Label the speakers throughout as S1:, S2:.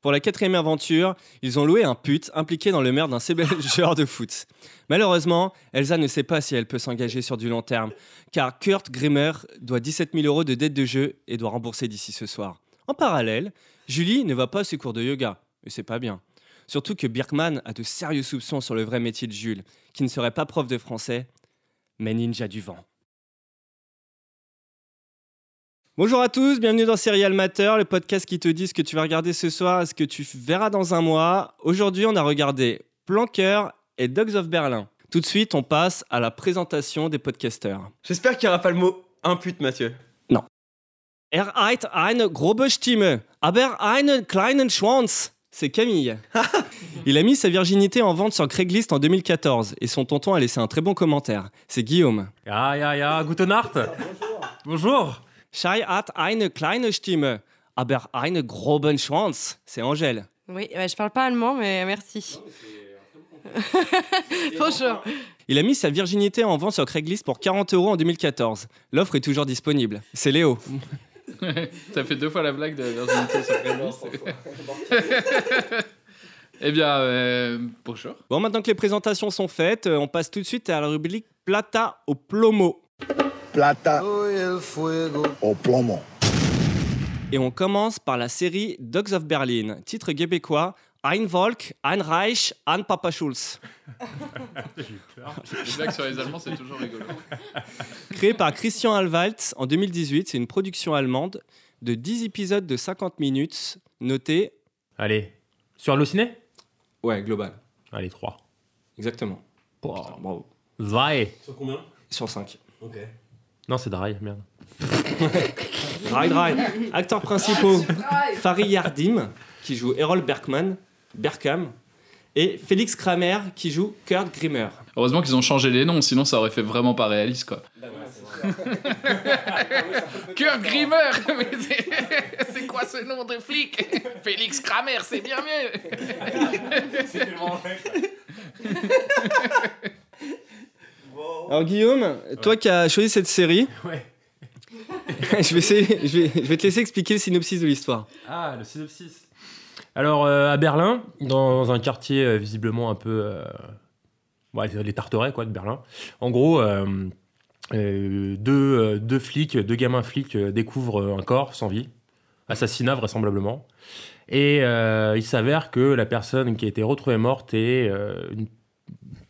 S1: Pour la quatrième aventure, ils ont loué un pute impliqué dans le meurtre d'un célèbre de foot. Malheureusement, Elsa ne sait pas si elle peut s'engager sur du long terme, car Kurt Grimmer doit 17 000 euros de dette de jeu et doit rembourser d'ici ce soir. En parallèle, Julie ne va pas à ses cours de yoga, et c'est pas bien. Surtout que Birkman a de sérieux soupçons sur le vrai métier de Jules, qui ne serait pas prof de français, mais ninja du vent. Bonjour à tous, bienvenue dans Serial Matter, le podcast qui te dit ce que tu vas regarder ce soir, ce que tu verras dans un mois. Aujourd'hui, on a regardé Planqueur et Dogs of Berlin. Tout de suite, on passe à la présentation des podcasteurs.
S2: J'espère qu'il n'y aura pas le mot impute, Mathieu.
S1: Er hat eine grobe Stimme, aber einen kleinen Schwanz. C'est Camille. Il a mis sa virginité en vente sur Craigslist en 2014 et son tonton a laissé un très bon commentaire. C'est Guillaume.
S3: Ya, Ah, ya, ya, guten Nacht Bonjour
S1: Shai hat eine kleine Stimme, aber einen groben Schwanz. C'est Angèle.
S4: Oui, bah, je parle pas allemand, mais merci. Bonjour.
S1: Il a mis sa virginité en vente sur Craigslist pour 40 euros en 2014. L'offre est toujours disponible. C'est Léo.
S5: Ça fait deux fois la blague de la virginité sur Craigslist. Eh bien, euh, bonjour.
S1: Bon, maintenant que les présentations sont faites, euh, on passe tout de suite à la rubrique Plata au plomo.
S6: plata o plomo.
S1: Et on commence par la série Dogs of Berlin, titre québécois Ein Volk, ein Reich, ein Papa Schulz.
S5: Les blagues sur les Allemands, c'est toujours rigolo.
S1: Créé par Christian Alwaltz en 2018, c'est une production allemande de 10 épisodes de 50 minutes, noté.
S3: Allez, sur Allociné
S1: Ouais, global.
S3: Allez, 3.
S1: Exactement. bravo.
S3: Zwei
S1: Sur 5.
S3: Non, c'est Dry, merde.
S1: Ride Ride. Acteurs principaux Farid Yardim, qui joue Errol Berkman, Berkham, et Félix Kramer, qui joue Kurt Grimmer.
S5: Heureusement qu'ils ont changé les noms, sinon ça aurait fait vraiment pas réaliste, quoi. Kurt Grimmer mais c'est- C'est quoi ce nom de flic Félix Kramer, c'est bien mieux
S1: Alors, Guillaume, toi qui as choisi cette série,
S3: Ouais.
S1: je, vais essayer- je, vais, je vais te laisser expliquer le synopsis de l'histoire.
S3: Ah, le synopsis. Alors, euh, à Berlin, dans un quartier euh, visiblement un peu. euh, ouais, les tarterets, quoi, de Berlin. En gros, euh, euh, deux, euh, deux flics, deux gamins flics euh, découvrent euh, un corps sans vie. Assassinat, vraisemblablement. Et euh, il s'avère que la personne qui a été retrouvée morte est euh, une-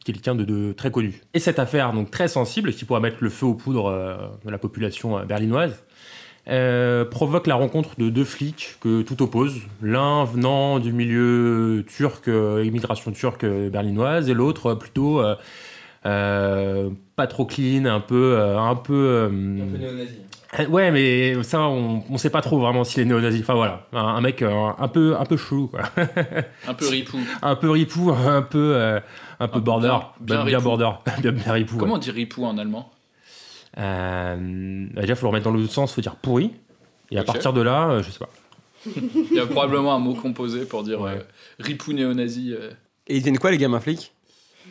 S3: quelqu'un de, de très connu. Et cette affaire, donc très sensible, qui pourrait mettre le feu aux poudres euh, de la population euh, berlinoise, euh, provoque la rencontre de deux flics que tout oppose. L'un venant du milieu turc, euh, immigration turque euh, berlinoise, et l'autre euh, plutôt euh, euh, pas trop clean, un peu, euh, un peu. euh, euh, ouais, mais ça, on, on sait pas trop vraiment s'il est néo-nazi. Enfin voilà, un, un mec euh, un peu, un peu chelou, quoi.
S5: Un peu ripou.
S3: un peu ripou, un peu, euh, un peu
S5: peu
S3: border,
S5: bien- bien
S3: bien,
S5: ripou.
S3: border, bien, bien ripou. ouais.
S5: Comment on dit ripou en allemand
S3: Euh, bah, déjà, faut le remettre dans l'autre sens, faut dire pourri. Et à
S5: Ok.
S3: partir de là, euh, je sais pas.
S5: Il y a probablement un mot composé pour dire
S3: Ouais.
S5: euh, ripou néo-nazi. euh.
S2: Et ils viennent quoi, les gamins flics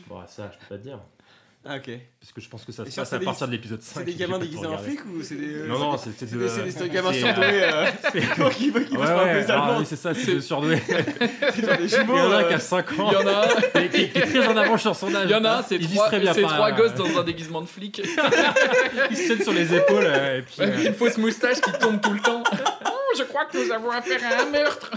S3: Bon, ça, je peux pas te dire.
S2: Ah, ok.
S3: Parce que je pense que ça
S2: se
S3: se
S2: Et ça, passe
S3: passe
S2: c'est
S3: à partir
S2: à des- partir de
S3: de l'épisode 5.
S2: C'est des gamins déguisés en flic ou c'est
S1: euh,
S2: des. euh,
S3: Non, non, c'est
S2: c'est des, c'est des- c'est des gamins
S3: c'est-
S2: surdoués. Euh,
S3: Ouais,
S2: quoi, qui qui parlent pas
S3: ouais, ah,
S2: plus allemand,
S3: c'est ça, c'est de surdoué.
S2: c'est genre des
S3: Il
S2: jumeaux.
S3: y en a un qui
S2: euh,
S3: a 5
S5: Il
S3: ans
S5: y en a un,
S3: et qui, qui est très en avant sur son âge. Hein.
S5: il y en a un, c'est
S3: Ils disent
S5: trois,
S3: très bien
S5: c'est
S3: par-
S5: trois gosses dans un déguisement de flic.
S3: Ils se tiennent sur les épaules euh, et puis.
S5: Avec
S3: euh,
S5: une fausse moustache qui tombe tout le temps. Oh, je crois que nous avons affaire à un meurtre.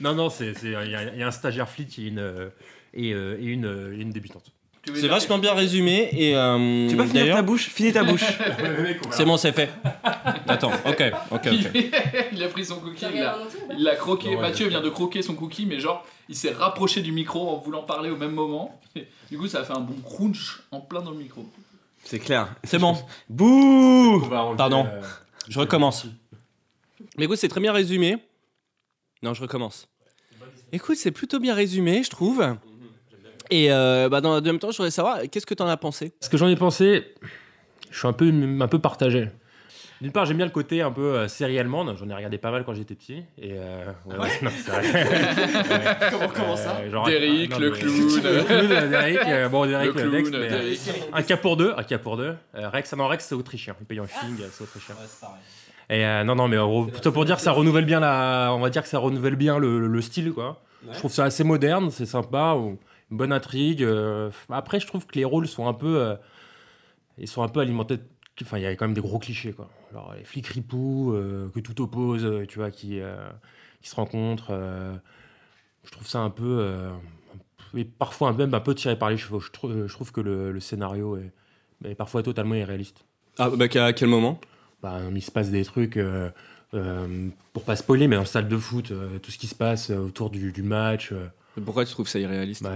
S3: Non, non, c'est, c'est- il y, a il y a un stagiaire flic et une, euh, et, euh, et une, euh, et une débutante.
S1: C'est vachement bien résumé et. euh,
S2: Tu peux pas finir
S1: d'ailleurs-
S2: ta bouche Finis ta bouche.
S1: C'est bon, c'est fait. Attends, ok, ok, ok.
S5: Il a pris son cookie, il l'a, il l'a croqué.
S3: Non, ouais,
S5: Mathieu
S3: ouais.
S5: vient de croquer son cookie, mais genre, il s'est rapproché du micro en voulant parler au même moment. Du coup, ça a fait un bon crunch en plein dans le micro.
S2: C'est clair.
S1: C'est bon,
S2: Bouh
S1: Pardon.
S2: euh,
S1: je recommence. Mais écoute, c'est très bien résumé. Non, je recommence. Écoute, c'est plutôt bien résumé, je trouve. Et euh, bah, dans le même temps, je voudrais savoir, qu'est-ce que t'en as pensé
S3: Ce que j'en ai pensé, je suis un peu, un peu partagé. D'une part, j'aime bien le côté un peu euh, série allemande. J'en ai regardé pas mal quand j'étais petit. Et euh, ouais, ouais, non, c'est vrai.
S2: Ah Comment, comment ça
S3: Euh, genre,
S5: Derrick,
S3: euh,
S5: le clown.
S3: Le clown, euh, Derrick. euh, bon, Derrick, le,
S5: le
S3: Dex,
S5: clown,
S3: mais, euh,
S5: Derek.
S3: Un cas pour deux. Un cas pour deux. Euh, Rex, ah non, Rex, c'est autrichien. Il paye en fling, c'est autrichien. Et euh, non, non, mais en gros, plutôt pour dire, ça renouvelle bien la, on va dire que ça renouvelle bien le, le style, quoi. Je trouve ça assez moderne, c'est sympa, on- une bonne intrigue. euh, Après, je trouve que les rôles sont un peu, euh, ils sont un peu alimentés. de- Enfin, il y a quand même des gros clichés, quoi. Alors, les flics ripoux, euh, que tout oppose, euh, tu vois, qui, euh, qui se rencontrent. euh, je trouve ça un peu, euh, et parfois même un peu tiré par les cheveux. Je trouve, je trouve que le, le scénario est, est parfois totalement irréaliste.
S1: Ah, bah, qu'à- à quel moment
S3: Bah, il se passe des trucs, euh, euh, pour pas spoiler, mais en salle de foot, euh, tout ce qui se passe euh, autour du, du match, euh,
S1: Pourquoi tu trouves ça irréaliste
S3: bah,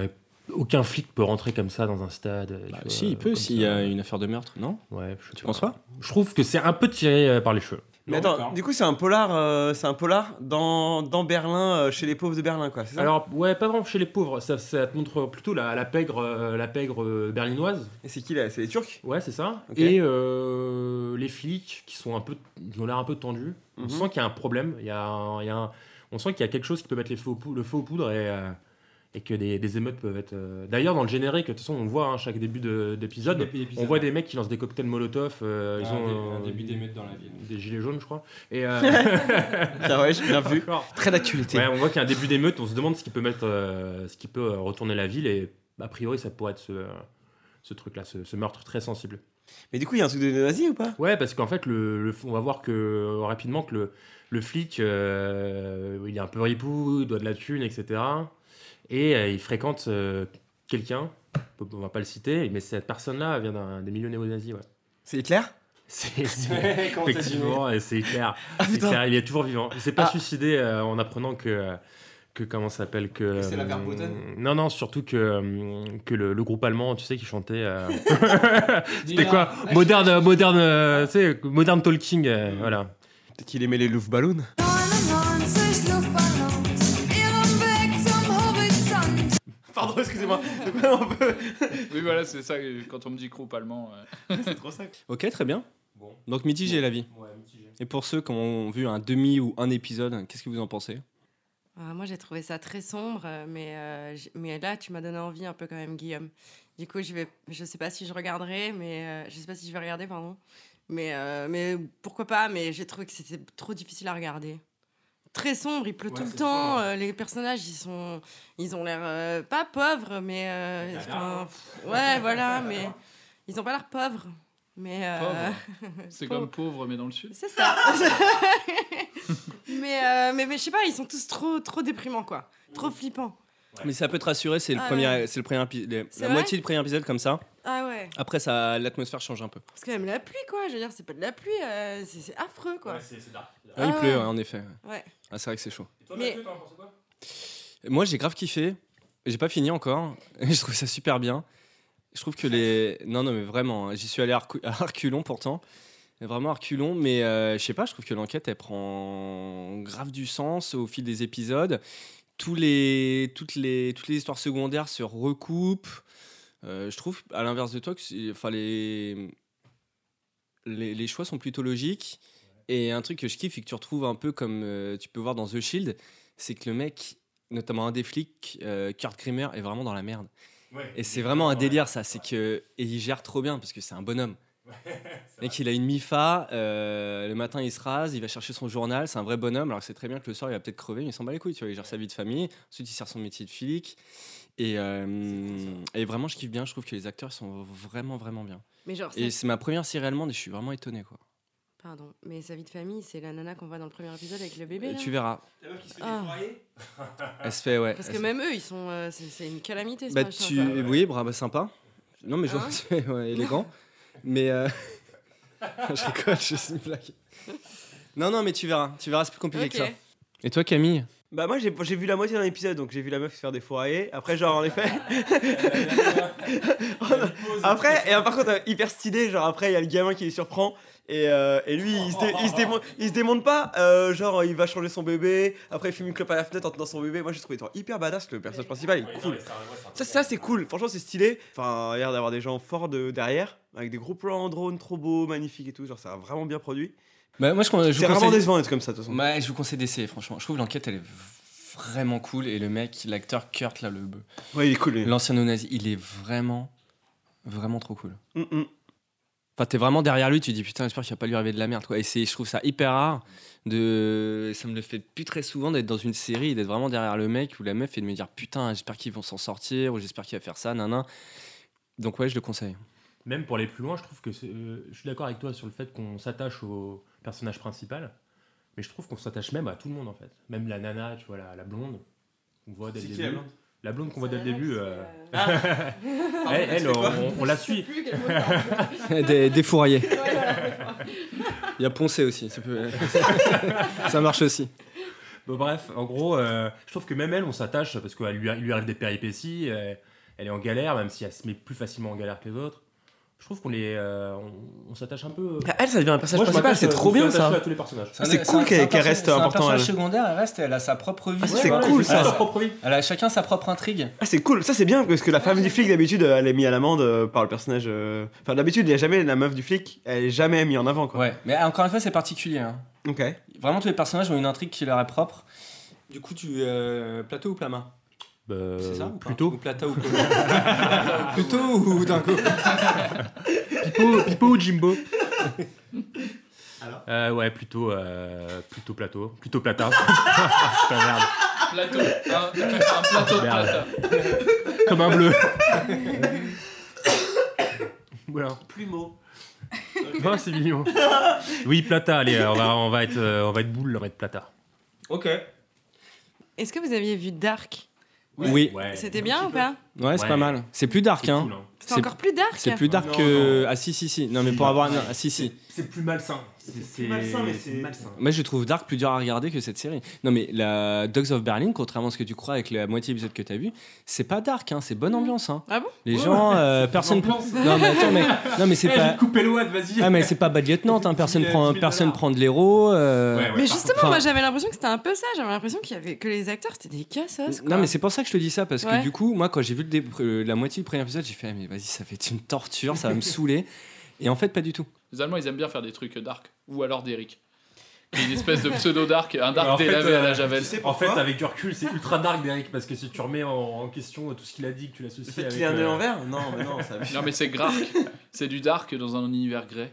S3: aucun flic peut rentrer comme ça dans un stade. euh,
S1: Bah,
S3: tu
S1: Si,
S3: vois,
S1: il peut,
S3: comme
S1: s'il
S3: ça.
S1: y a une affaire de meurtre, non
S3: Ouais, je,
S1: Tu penses pas
S3: je trouve que c'est un peu tiré euh, par les cheveux.
S2: Mais
S5: Non,
S2: attends,
S5: d'accord.
S2: du coup, c'est un polar, euh, c'est un polar dans, dans Berlin, euh, chez les pauvres de Berlin, quoi. c'est Ça
S3: Alors, ouais, pas vraiment chez les pauvres, ça, ça te montre plutôt la, la pègre, euh, la pègre euh, berlinoise.
S2: Et c'est qui là C'est les Turcs
S3: Ouais, c'est ça.
S2: Ok.
S3: Et euh, les flics qui sont un peu, qui ont l'air un peu tendus. On
S2: Mhm.
S3: sent qu'il y a un problème. Il y a, un- il y a un- on sent qu'il y a quelque chose qui peut mettre les feux aux pou- le feu aux poudres et, euh, et que des, des émeutes peuvent être. euh, D'ailleurs, dans le générique, de toute façon, on voit hein, chaque début de- d'épisode, on voit des mecs qui lancent des cocktails Molotov. euh, ils ont euh,
S1: d'émeute dans la ville.
S3: des gilets jaunes, je crois. Et euh,
S2: Ah ouais, j'ai bien vu.
S3: encore.
S2: Très d'actualité.
S3: Ouais, on voit qu'il y a un début d'émeute. On se demande ce qui peut mettre, euh, ce qui peut euh, retourner la ville et a priori, ça pourrait être ce, euh, ce truc-là, ce- ce meurtre très sensible.
S2: Mais du coup, il y a un truc de nazi ou pas
S3: Ouais, parce qu'en fait, le, le- on va voir que euh, rapidement que le, le flic, euh, il est un peu ripou, il doit de la thune, etc. Et euh, il fréquente euh, quelqu'un, on peut- on va pas le citer, mais cette personne-là vient d'un des milieux néo-nazis. Ouais.
S2: C'est clair
S3: C'est, c'est- effectivement, et c'est clair.
S2: Ah
S3: C'est
S2: putain
S3: clair, il est toujours vivant. Il s'est pas
S2: Ah.
S3: suicidé euh, en apprenant que. que comment ça s'appelle que
S2: c'est la
S3: euh,
S2: verboten
S3: non non surtout que euh, que le, le groupe allemand tu sais qui chantait euh, C'était quoi Moderne, euh, moderne, euh, tu sais, moderne talking, euh, voilà.
S2: Peut-être qu'il aimait les Luftballons.
S7: 99 Luftballons, ihren Weg zum Horizont.
S2: Pardon, excusez-moi. Donc, ouais, on peut-
S5: Oui, voilà, c'est ça, euh, quand on me dit groupe allemand. euh.
S2: C'est trop ça.
S1: Ok, très bien. Donc mitigé la vie. Et pour ceux qui ont vu un demi ou un épisode, qu'est-ce que vous en pensez
S4: Ah, moi, j'ai trouvé ça très sombre, euh, mais, euh, j- mais là, tu m'as donné envie un peu quand même, Guillaume. Du coup, je vais, je sais pas si je regarderai, mais euh, je sais pas si je vais regarder, pardon. Mais, euh, mais pourquoi pas Mais j'ai trouvé que c'était trop difficile à regarder. Très sombre, il pleut tout le temps. euh, les personnages, ils sont, ils ont l'air euh, pas pauvres, mais euh, enfin, pff, ouais, voilà, mais ils ont pas l'air pauvres. Mais euh,
S5: Pauvres. C'est
S4: Pauvre.
S5: comme pauvre, mais dans le sud.
S4: c'est ça. mais, euh, mais, mais je sais pas, ils sont tous trop, trop déprimants, quoi. Trop flippants.
S1: Mais ça peut te rassurer, c'est le
S4: Ah
S1: premier,
S4: ouais.
S1: c'est le premier épi- les-
S4: C'est
S1: la
S4: vrai
S1: moitié du premier épisode comme ça.
S4: Ah ouais.
S1: Après, ça, l'atmosphère change un peu.
S4: Parce que même la pluie, quoi. Je veux dire, c'est pas de la pluie, euh, c'est c'est affreux, quoi.
S1: Ah, il
S4: Ah.
S1: pleut, ouais, en effet.
S4: Ouais.
S1: Ah, c'est vrai que c'est chaud.
S4: mais
S1: Moi, j'ai grave kiffé. J'ai pas fini encore. je trouve ça super bien. Je trouve que les. Non, non, mais vraiment, hein, j'y suis allé à recou- à reculons pourtant. Vraiment à reculons, mais euh, je sais pas, je trouve que l'enquête, elle prend grave du sens au fil des épisodes. Tous les, toutes, les, toutes les histoires secondaires se recoupent. Euh, je trouve, à l'inverse de toi, que c'est- enfin, les, les, les choix sont plutôt logiques. Et un truc que je kiffe et que tu retrouves un peu comme euh, tu peux voir dans The Shield, c'est que le mec, notamment un des flics, euh, Kurt Grimmer, est vraiment dans la merde. Et c'est vraiment un délire, ça. C'est que. Et il gère trop bien parce que c'est un bonhomme. Et qu'il a une mifa, euh, le matin il se rase, il va chercher son journal, c'est un vrai bonhomme, alors que c'est très bien que le soir il va peut-être crever, mais il s'en bat les couilles, tu vois, il gère sa vie de famille, ensuite il sert son métier de flic, et, euh, et vraiment je kiffe bien, je trouve que les acteurs sont vraiment vraiment bien.
S4: mais genre,
S1: Et
S4: sa-
S1: c'est ma première série allemande et je suis vraiment étonné quoi.
S4: pardon, mais sa vie de famille, c'est la nana qu'on voit dans le premier épisode avec le bébé.
S1: Et
S4: là.
S1: Euh, tu verras,
S4: Ah,
S1: elle se fait, ouais.
S4: parce
S1: elle
S4: que
S1: se-
S4: même eux, ils sont, euh, c'est- c'est une calamité. Ce
S1: Bah,
S4: machin,
S1: tu...
S4: quoi.
S1: Oui, bah, bah, sympa. Non, mais je
S4: Hein
S1: c'est ouais, élégant. mais. euh, je rigole, je suis une blague. Non, non, mais tu verras. Tu verras, c'est plus compliqué
S4: Ok.
S1: que ça. Et toi, Camille
S2: Bah moi j'ai j'ai vu la moitié d'un épisode donc j'ai vu la meuf se faire des foirés. Après genre en effet. après et euh, par contre euh, hyper stylé genre après il y a le gamin qui les surprend et, euh, et lui il se, dé- il se démonte il se démonte pas euh, genre il va changer son bébé après il fume une clope à la fenêtre en tenant son bébé. Moi j'ai trouvé toi hyper badass le personnage principal il est cool. Ça, ça c'est cool, franchement c'est stylé. Enfin, il a l'air d'avoir des gens forts de, derrière, avec des gros plans en drone trop beaux, magnifiques et tout. Genre, ça a vraiment bien produit.
S1: bah, Moi, je, je,
S2: C'est
S1: vous
S2: rarement
S1: conseille...
S2: décevant d'être comme ça, de toute façon.
S1: Ouais, je vous conseille d'essayer, franchement. Je trouve que l'enquête, elle est v- vraiment cool. Et le mec, l'acteur Kurt, là, le...
S2: Ouais, il est cool. lui.
S1: l'ancien non-nazi, il est vraiment, vraiment trop cool.
S2: Mm, mm.
S1: Enfin, t'es vraiment derrière lui, tu dis putain, j'espère qu'il va pas lui arriver de la merde. Quoi. Et c'est, je trouve ça hyper rare. De... Ça me le fait plus très souvent d'être dans une série et d'être vraiment derrière le mec ou la meuf et de me dire putain, j'espère qu'ils vont s'en sortir ou j'espère qu'il va faire ça, nanan. Donc, ouais, je le conseille.
S3: Même pour les plus loin, je trouve que c'est- euh, je suis d'accord avec toi sur le fait qu'on s'attache au personnage principal, mais je trouve qu'on s'attache même à tout le monde en fait. Même la nana, tu vois, la, la blonde qu'on voit dès
S2: C'est
S3: le
S2: qui, la
S3: début.
S2: blonde
S3: La blonde qu'on voit dès le début, euh,
S2: Ah,
S3: elle, elle,
S2: c'est
S3: on,
S2: quoi
S3: on- on la suit.
S1: des, des fourraillés. Il y a Poncé aussi. Ça, peut- ça marche aussi.
S3: Bon, bref, en gros, euh, je trouve que même elle, on s'attache parce qu'il lui, il lui arrive des péripéties, euh, elle est en galère, même si elle se met plus facilement en galère que les autres. Je trouve qu'on les, euh, on, on s'attache un peu.
S2: Bah, Elle, Ah, ça devient un
S3: Moi,
S2: personnage
S3: je
S2: principal,
S3: m'attache-
S1: euh,
S3: euh,
S2: c'est
S3: je
S2: trop
S3: me suis
S2: bien
S3: attaché
S2: ça.
S3: à tous les personnages.
S2: Ah, c'est cool qu'elle- qu'elle reste importante,
S1: C'est un personnage
S2: elle.
S1: secondaire, elle reste, elle a sa propre vie.
S2: Ah, ça, c'est
S1: voilà.
S2: cool,
S1: Elle a
S2: ça.
S1: sa propre vie. Elle a chacun sa propre intrigue.
S2: Ah, c'est cool, ça c'est bien parce que la femme du flic d'habitude euh, elle est mise à l'amende euh, par le personnage. euh, Enfin, d'habitude, il y a jamais la meuf du flic, elle est jamais mise en avant quoi.
S1: Ouais, mais encore une fois, c'est particulier. hein.
S2: Ok.
S1: Vraiment, tous les personnages ont une intrigue qui leur est propre. Du coup, tu. euh, plateau ou plama
S3: Bah,
S1: C'est
S2: Euh,
S1: ça ou pas Ou
S3: Plutôt.
S1: plata ou Colombe Plutôt ou d'un coup
S3: Pipo, Pipo ou Jimbo Euh, ouais, plutôt, euh, plutôt plateau, plutôt platard. Putain, merde.
S5: Plateau. Un, un plateau de
S3: Merde.
S5: plata.
S3: Comme un bleu. voilà.
S2: Plumeau.
S3: Oh, c'est mignon. Oui, plata, allez, on va, on va, être, euh, on va être boule, on va être plata.
S1: Ok.
S4: Est-ce que vous aviez vu Dark
S1: Oui. Ouais,
S3: Ouais.
S4: C'était bien ou pas
S1: c'est
S3: Ouais.
S1: pas mal. C'est plus dark,
S3: C'est
S1: hein.
S3: cool, hein.
S4: C'est
S1: C'est-
S4: encore plus Dark
S1: C'est plus dark
S3: Non,
S1: que.
S3: non.
S1: Ah si, si, si. Non, mais pour avoir. non, ah, si, si.
S3: C'est plus malsain. C'est c'est-
S2: malsain, mais c'est-
S3: malsain.
S1: Moi, je trouve Dark plus dur à regarder que cette série. Non, mais la Dogs of Berlin, contrairement à ce que tu crois avec la moitié épisode que tu as vu, c'est pas dark, hein, c'est bonne ambiance. Hein.
S4: Ah bon
S1: Les gens, euh, personne.
S5: L'ambiance.
S1: Non, mais attends, mais, non, mais c'est
S3: Eh,
S1: pas.
S3: j'ai coupé le watt, vas-y.
S1: Ah, mais c'est pas Bad Lieutenant, hein, personne,
S3: 10 000
S1: prend,
S3: dollars.
S1: personne prend de l'héros. euh,
S3: Ouais, ouais,
S4: Mais
S3: par
S4: justement,
S1: Enfin-
S4: moi j'avais l'impression que c'était un peu ça. J'avais l'impression qu'il y avait que les acteurs c'était des cassos.
S1: Non, mais c'est pour ça que je te dis ça, parce
S4: Ouais.
S1: que du coup, moi, quand j'ai vu le dé- euh, la moitié du premier épisode, j'ai fait, ah, mais vas-y, ça va être une torture, ça va me saouler. Et en fait, pas du tout.
S5: Les Allemands, ils aiment bien faire des trucs dark. Ou alors d'Eric. Une espèce de pseudo-dark, un
S3: Alors, en
S5: dark
S3: fait,
S5: délavé à la
S3: euh,
S5: Javel.
S2: tu sais
S3: En fait,
S2: Pourquoi
S3: avec du recul, c'est ultra dark, Derek, parce que si tu remets en, en question tout ce qu'il a dit, que tu l'associes
S2: Le fait
S3: avec.
S2: qu'il ait un
S3: euh,
S2: œil en verre Non, mais non, ça.
S5: Non, mais c'est grark. C'est du dark dans un univers grey.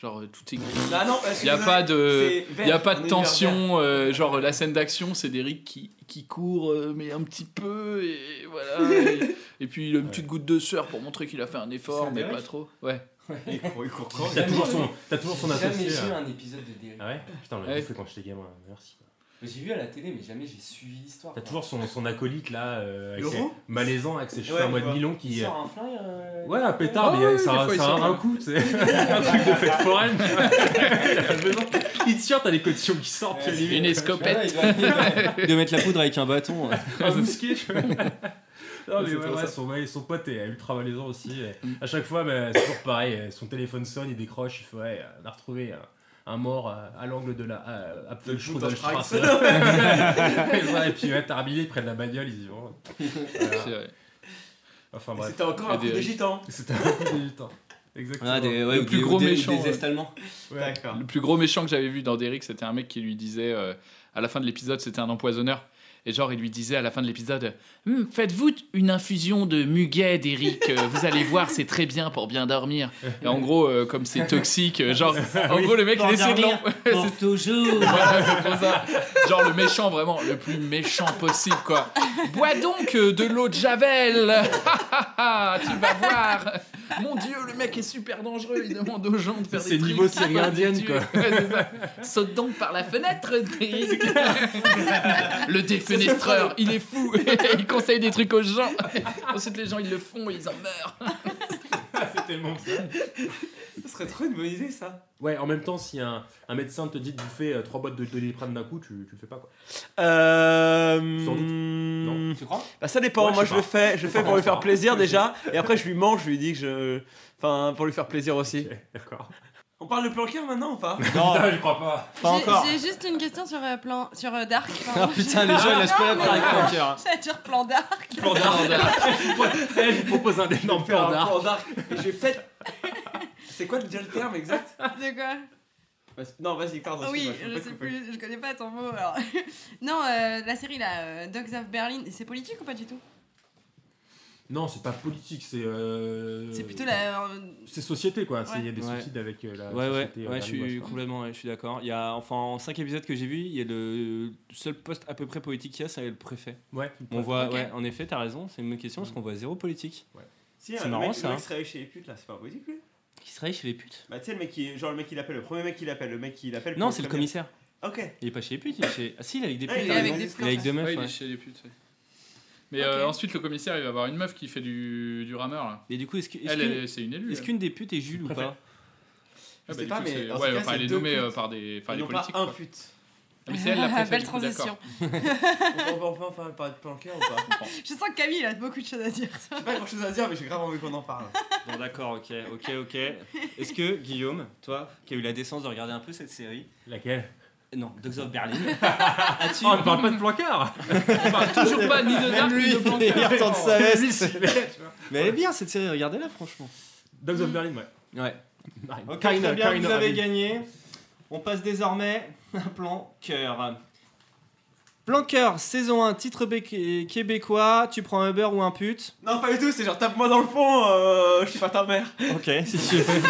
S5: Genre, euh, tout est gris.
S1: Bah
S2: Ah non,
S5: Il n'y a pas de,
S2: c'est
S5: il
S2: vert,
S5: a pas
S2: on
S5: de
S2: est vers
S5: tension. euh, genre, euh, la scène d'action, c'est d'Eric qui, qui court, euh, mais un petit peu. Et voilà. Et, et puis, une petite goutte de sueur pour montrer qu'il a fait un effort,
S2: C'est un
S5: mais
S2: Derek
S5: pas trop. Ouais.
S2: Il court, il court quand
S3: T'as toujours son, t'as toujours son associé. euh.
S1: un épisode de Derry.
S3: Ah ouais Putain, on l'a
S5: Ouais.
S3: bouffé quand j'étais gamin, merci.
S1: J'ai vu à la télé, mais jamais j'ai suivi l'histoire.
S3: T'as toujours son, son acolyte là, euh, avec
S2: Le
S3: ses-
S2: roux
S3: malaisant, avec ses cheveux
S2: Ouais,
S3: en mode
S2: je vois.
S3: nylon qui. euh,
S1: un flingue.
S3: Ouais, un pétard,
S5: Ah
S3: mais euh,
S5: ouais,
S3: ça,
S5: des fois, il
S3: ça
S5: sort
S3: a un
S5: un-
S3: coup, tu sais. un truc de fête foraine. tu vois. T'as pas besoin. Il te tire, t'as des cotillons qui sortent, tu vois,
S5: Une
S3: limite.
S5: escopette.
S1: de mettre la poudre avec un bâton.
S3: Un mousquet, tu vois. Non, mais
S5: C'est
S3: ouais,
S5: trop
S3: ouais,
S5: ça.
S3: son, ouais, son pote est ultra malaisant aussi. et À chaque fois, bah, c'est toujours pareil. euh, Son téléphone sonne, il décroche, il fait Ouais, euh, on a retrouvé un, un mort euh, à l'angle de la euh, Apfelschrudelstrasse. et, voilà, et puis, ouais, t'as rhabillé, ils prennent la bagnole, ils y vont. Voilà.
S5: C'est vrai.
S3: Enfin,
S2: Mais
S3: bref.
S2: C'était encore
S5: Et
S2: un coup
S5: des-
S2: de gitan.
S3: C'était un peu militant. Exactement.
S1: Ah,
S5: Le plus gros méchant, ouais.
S1: allemands.
S3: Ouais.
S5: Le plus gros méchant que j'avais vu dans Derrick, c'était un mec qui lui disait, euh, à la fin de l'épisode, c'était un empoisonneur. Et genre, il lui disait à la fin de l'épisode Hum, Faites-vous une infusion de muguet, Derrick. euh, Vous allez voir, c'est très bien pour bien dormir. Et en gros, euh, comme c'est toxique, euh, genre, en gros, le mec, il essaie de l'en-
S1: Pour toujours.
S5: Voilà, c'est trop ça. Genre le méchant, vraiment, le plus méchant possible, quoi. Bois donc euh, de l'eau de Javel Tu vas voir Mon dieu, le mec est super dangereux, il demande aux gens de faire
S3: C'est
S5: des
S3: niveau
S5: trucs.
S3: série indienne, quoi.
S5: Ouais, c'est ça. Saute donc par la fenêtre, Derrick. Le défenestreur, il est fou Il conseille des trucs aux gens Ensuite, les gens, ils le font, ils en meurent
S3: C'est tellement ça.
S2: Ça serait trop une bonne idée ça.
S3: Ouais, en même temps, si un, un médecin te dit de bouffer euh, trois boîtes de doliprane d'un coup, tu, tu le fais pas quoi.
S2: Euh.
S3: Sans doute.
S2: Non.
S3: Tu crois
S2: Bah ça dépend,
S3: Ouais, je
S2: moi
S3: sais
S2: je le fais, je le fais
S3: pas
S2: pour lui faire
S3: grave.
S2: plaisir déjà, et après je lui mange, je lui dis que je... Enfin, pour lui faire plaisir aussi.
S3: D'accord.
S2: On parle de planqueur maintenant ou pas
S1: Non,
S3: Ah, je crois pas.
S1: pas encore.
S4: J'ai juste une question sur, euh, plan... sur euh, Dark.
S1: Ah
S4: pardon.
S1: putain, les gens, ils lâchent pas la parole.
S4: Ça dure plan Dark.
S3: Plan Eh, je vous propose un énorme plan d'art.
S2: Plan d'arc. Et je vais peut-être... C'est quoi déjà le terme exact
S4: De quoi
S2: Bah, Non, vas-y,
S5: Oh,
S2: pardon.
S4: Oui, je
S2: excuse-moi, peux
S4: sais
S2: te couper.
S4: plus, je connais pas ton mot. Alors. non, euh, la série là, euh, Dogs of Berlin, c'est politique ou pas du tout
S3: Non, c'est pas politique, c'est. euh,
S4: C'est plutôt la.
S3: C'est société, quoi. C'est- Il y a des
S1: Ouais.
S3: suicides avec euh, la
S1: Ouais, ouais,
S3: société. euh,
S1: ouais, je suis
S3: danoise, quoi.
S1: complètement ouais, je suis d'accord. Il y a, enfin, en 5 épisodes que j'ai vu, il y a le seul poste à peu près politique qu'il y a, c'est le préfet.
S3: Ouais.
S1: On voit,
S4: Ok.
S1: ouais, en effet, t'as raison, c'est une bonne question, parce qu'on voit zéro politique.
S2: Si, hein,
S1: C'est
S2: le
S1: marrant,
S2: mec,
S1: ça,
S2: Le
S1: hein.
S2: mec qui travaille chez les putes là, c'est pas politique lui
S1: Qui serait chez les putes
S2: Bah tu sais, le mec qui. Genre le mec qui l'appelle, le premier mec qui l'appelle, le mec qui l'appelle.
S1: Non,
S2: pour
S1: c'est le
S2: prévenir.
S1: commissaire.
S2: Ok.
S1: Il est pas chez les putes, il est chez. Ah si, il est avec des
S2: Ah,
S1: putes.
S2: il est
S1: t'as
S2: avec
S1: raison.
S2: des
S1: Il est avec deux
S5: Ouais,
S1: meufs.
S5: il
S1: ouais.
S5: est chez les putes. ouais. Mais euh,
S4: Ok.
S5: ensuite, le commissaire, il va avoir une meuf qui fait du, du rameur. Là.
S1: Et du coup, est-ce que- est-ce
S5: Elle,
S1: que-
S5: elle, c'est une élue.
S1: est-ce
S5: elle.
S1: qu'une des putes est Jules ou
S3: préfet.
S1: pas
S5: Ah,
S2: Je
S5: bah,
S2: sais
S5: du
S2: pas,
S5: coup,
S2: mais
S5: c'est-
S2: en tout
S5: ouais,
S2: cas,
S5: enfin,
S2: c'est
S5: elle est
S2: deux
S5: nommée
S2: putes.
S5: euh, par des, par
S2: Ils
S5: des
S2: n'ont pas
S5: politiques.
S2: un
S5: quoi.
S2: pute.
S5: Ah, mais c'est elle la préfète,
S4: Belle
S5: du coup,
S4: transition.
S5: d'accord.
S2: On peut enfin parler de planquer ou pas
S5: Je comprends.
S4: Je sens que Camille a beaucoup de choses à dire.
S2: J'ai pas grand chose à dire, mais j'ai grave envie qu'on en parle.
S1: Bon, d'accord, ok, ok, ok. Est-ce que Guillaume, toi, qui as eu la décence de regarder un peu cette série,
S3: Laquelle
S1: non, Dogs of Berlin, as-tu
S3: Oh, on ne parle pas de placard
S5: On parle toujours pas ni de Dark ni de Blanca.
S1: Ah, il retend de sa
S3: Lui,
S1: veste.
S3: c'est- tu vois.
S1: Mais elle est bien cette série, regardez-la franchement.
S3: Dogs of Berlin, ouais.
S1: Ouais. Ok,
S3: Kinda,
S1: très bien,
S3: kinda,
S1: vous avez
S3: oui.
S1: gagné. On passe désormais à Plan Cœur. Plan Cœur, saison 1, titre bé- québécois. Tu prends un Uber ou un pute
S2: Non, pas du tout, c'est genre tape-moi dans le fond, euh, je suis pas ta mère.
S1: Ok, si tu veux.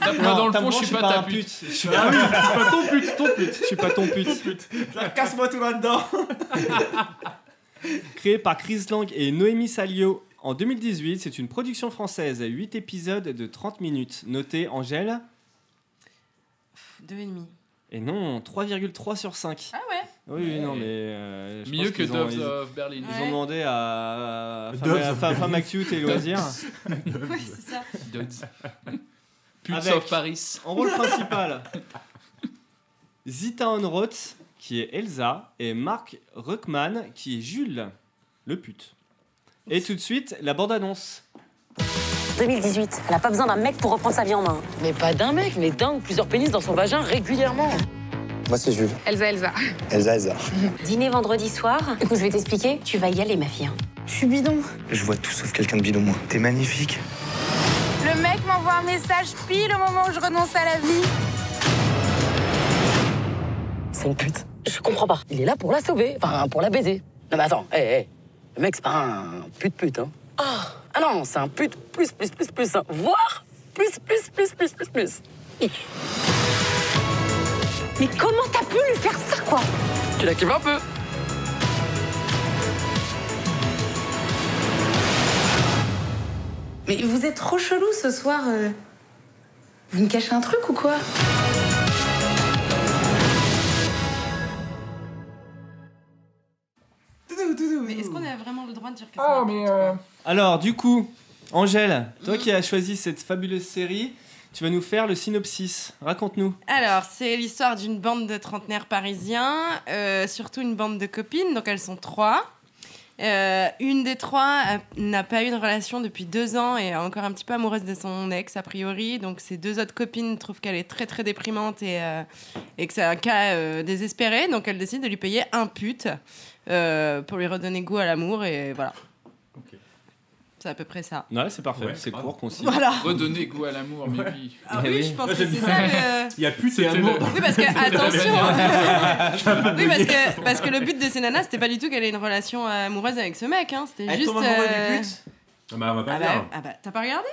S5: Tape-moi dans le fond, je suis pas ta pute.
S1: Je suis pas,
S3: Pas ton pute, ton pute.
S1: je suis pas ton pute.
S2: Genre casse-moi tout là-dedans.
S1: Créé par Chris Lang et Noémie Salio en 2018, c'est une production française à 8 épisodes de 30 minutes. Noté Angèle
S4: Deux et demi.
S1: Et non, 3,3 sur 5.
S4: Ah ouais
S1: Oui, oui, non, mais. euh, je
S5: Mieux
S1: pense
S5: que
S1: qu'ils ont-
S5: Doves
S1: ils-
S5: of Berlin.
S1: Ils ont demandé à
S3: Doves.
S1: Femme- Femme Femme Actu et Loisirs.
S4: Ouais, c'est ça.
S5: Doves. Putes
S1: Avec-
S5: of Paris.
S1: En rôle principal, Zita Onroth, qui est Elsa, et Marc Ruckman, qui est Jules, le pute. Et tout de suite, la bande-annonce.
S8: 2018. Elle a pas besoin d'un mec pour reprendre sa vie en main.
S9: Mais pas d'un mec, mais d'un ou plusieurs pénis dans son vagin régulièrement.
S6: Moi, c'est Jules.
S10: Elsa, Elsa.
S6: Elsa, Elsa.
S8: Dîner vendredi soir. Écoute, je vais t'expliquer. Tu vas y aller, ma fille. hein.
S10: Je suis bidon.
S6: Je vois tout sauf quelqu'un de bidon, moi. T'es magnifique.
S10: Le mec m'envoie un message pile au moment où je renonce à la vie.
S9: C'est une pute. Je comprends pas. Il est là pour la sauver, enfin pour la baiser. Non mais attends, hé, hé. le mec c'est pas un pute pute, hein. Ah, ah non, c'est un pute plus plus plus plus, hein. voire plus plus plus plus plus plus.
S8: Mais comment t'as pu lui faire ça, quoi
S9: Tu la kiffes un peu
S10: Mais vous êtes trop chelou ce soir. euh. Vous me cachez un truc ou quoi
S4: Mais est-ce qu'on a vraiment le droit de dire que
S10: Oh,
S9: Ah,
S5: Oh,
S4: ça
S9: mais,
S5: euh,
S1: Alors, du coup, Angèle, toi qui as choisi cette fabuleuse série, tu vas nous faire le synopsis. Raconte-nous.
S4: Alors, c'est l'histoire d'une bande de trentenaires parisiens, euh, surtout une bande de copines, donc elles sont trois. Euh, une des trois a- n'a pas eu de relation depuis deux ans et est encore un petit peu amoureuse de son ex, a priori. Donc, ses deux autres copines trouvent qu'elle est très, très déprimante et, euh, et que c'est un cas euh, désespéré. Donc, elles décident de lui payer un pute euh, pour lui redonner goût à l'amour et voilà.
S3: Ok.
S4: C'est à peu près ça.
S1: Ouais, c'est parfait.
S3: Ouais,
S1: c'est
S3: grave.
S1: court, concis.
S4: Voilà.
S5: Redonner goût à l'amour, mais oui.
S4: Ah
S1: Ah
S4: oui,
S1: oui.
S4: je pense
S3: Eh Moi,
S4: que
S3: j'aime
S4: c'est
S3: bien.
S4: ça le.
S3: Il y a pute et
S5: C'était
S3: amour
S5: le-
S3: dans
S4: Oui, parce que, attention Oui, parce que, parce que le but de ces nanas, c'était pas du tout qu'elle ait une relation euh, amoureuse avec ce mec, hein. C'était
S2: Elle
S4: juste...
S2: tombe amoureuse
S4: euh,
S2: des putes
S3: Ah bah, on va pas
S4: Ah
S3: le faire.
S4: bah, ah bah, t'as pas regardé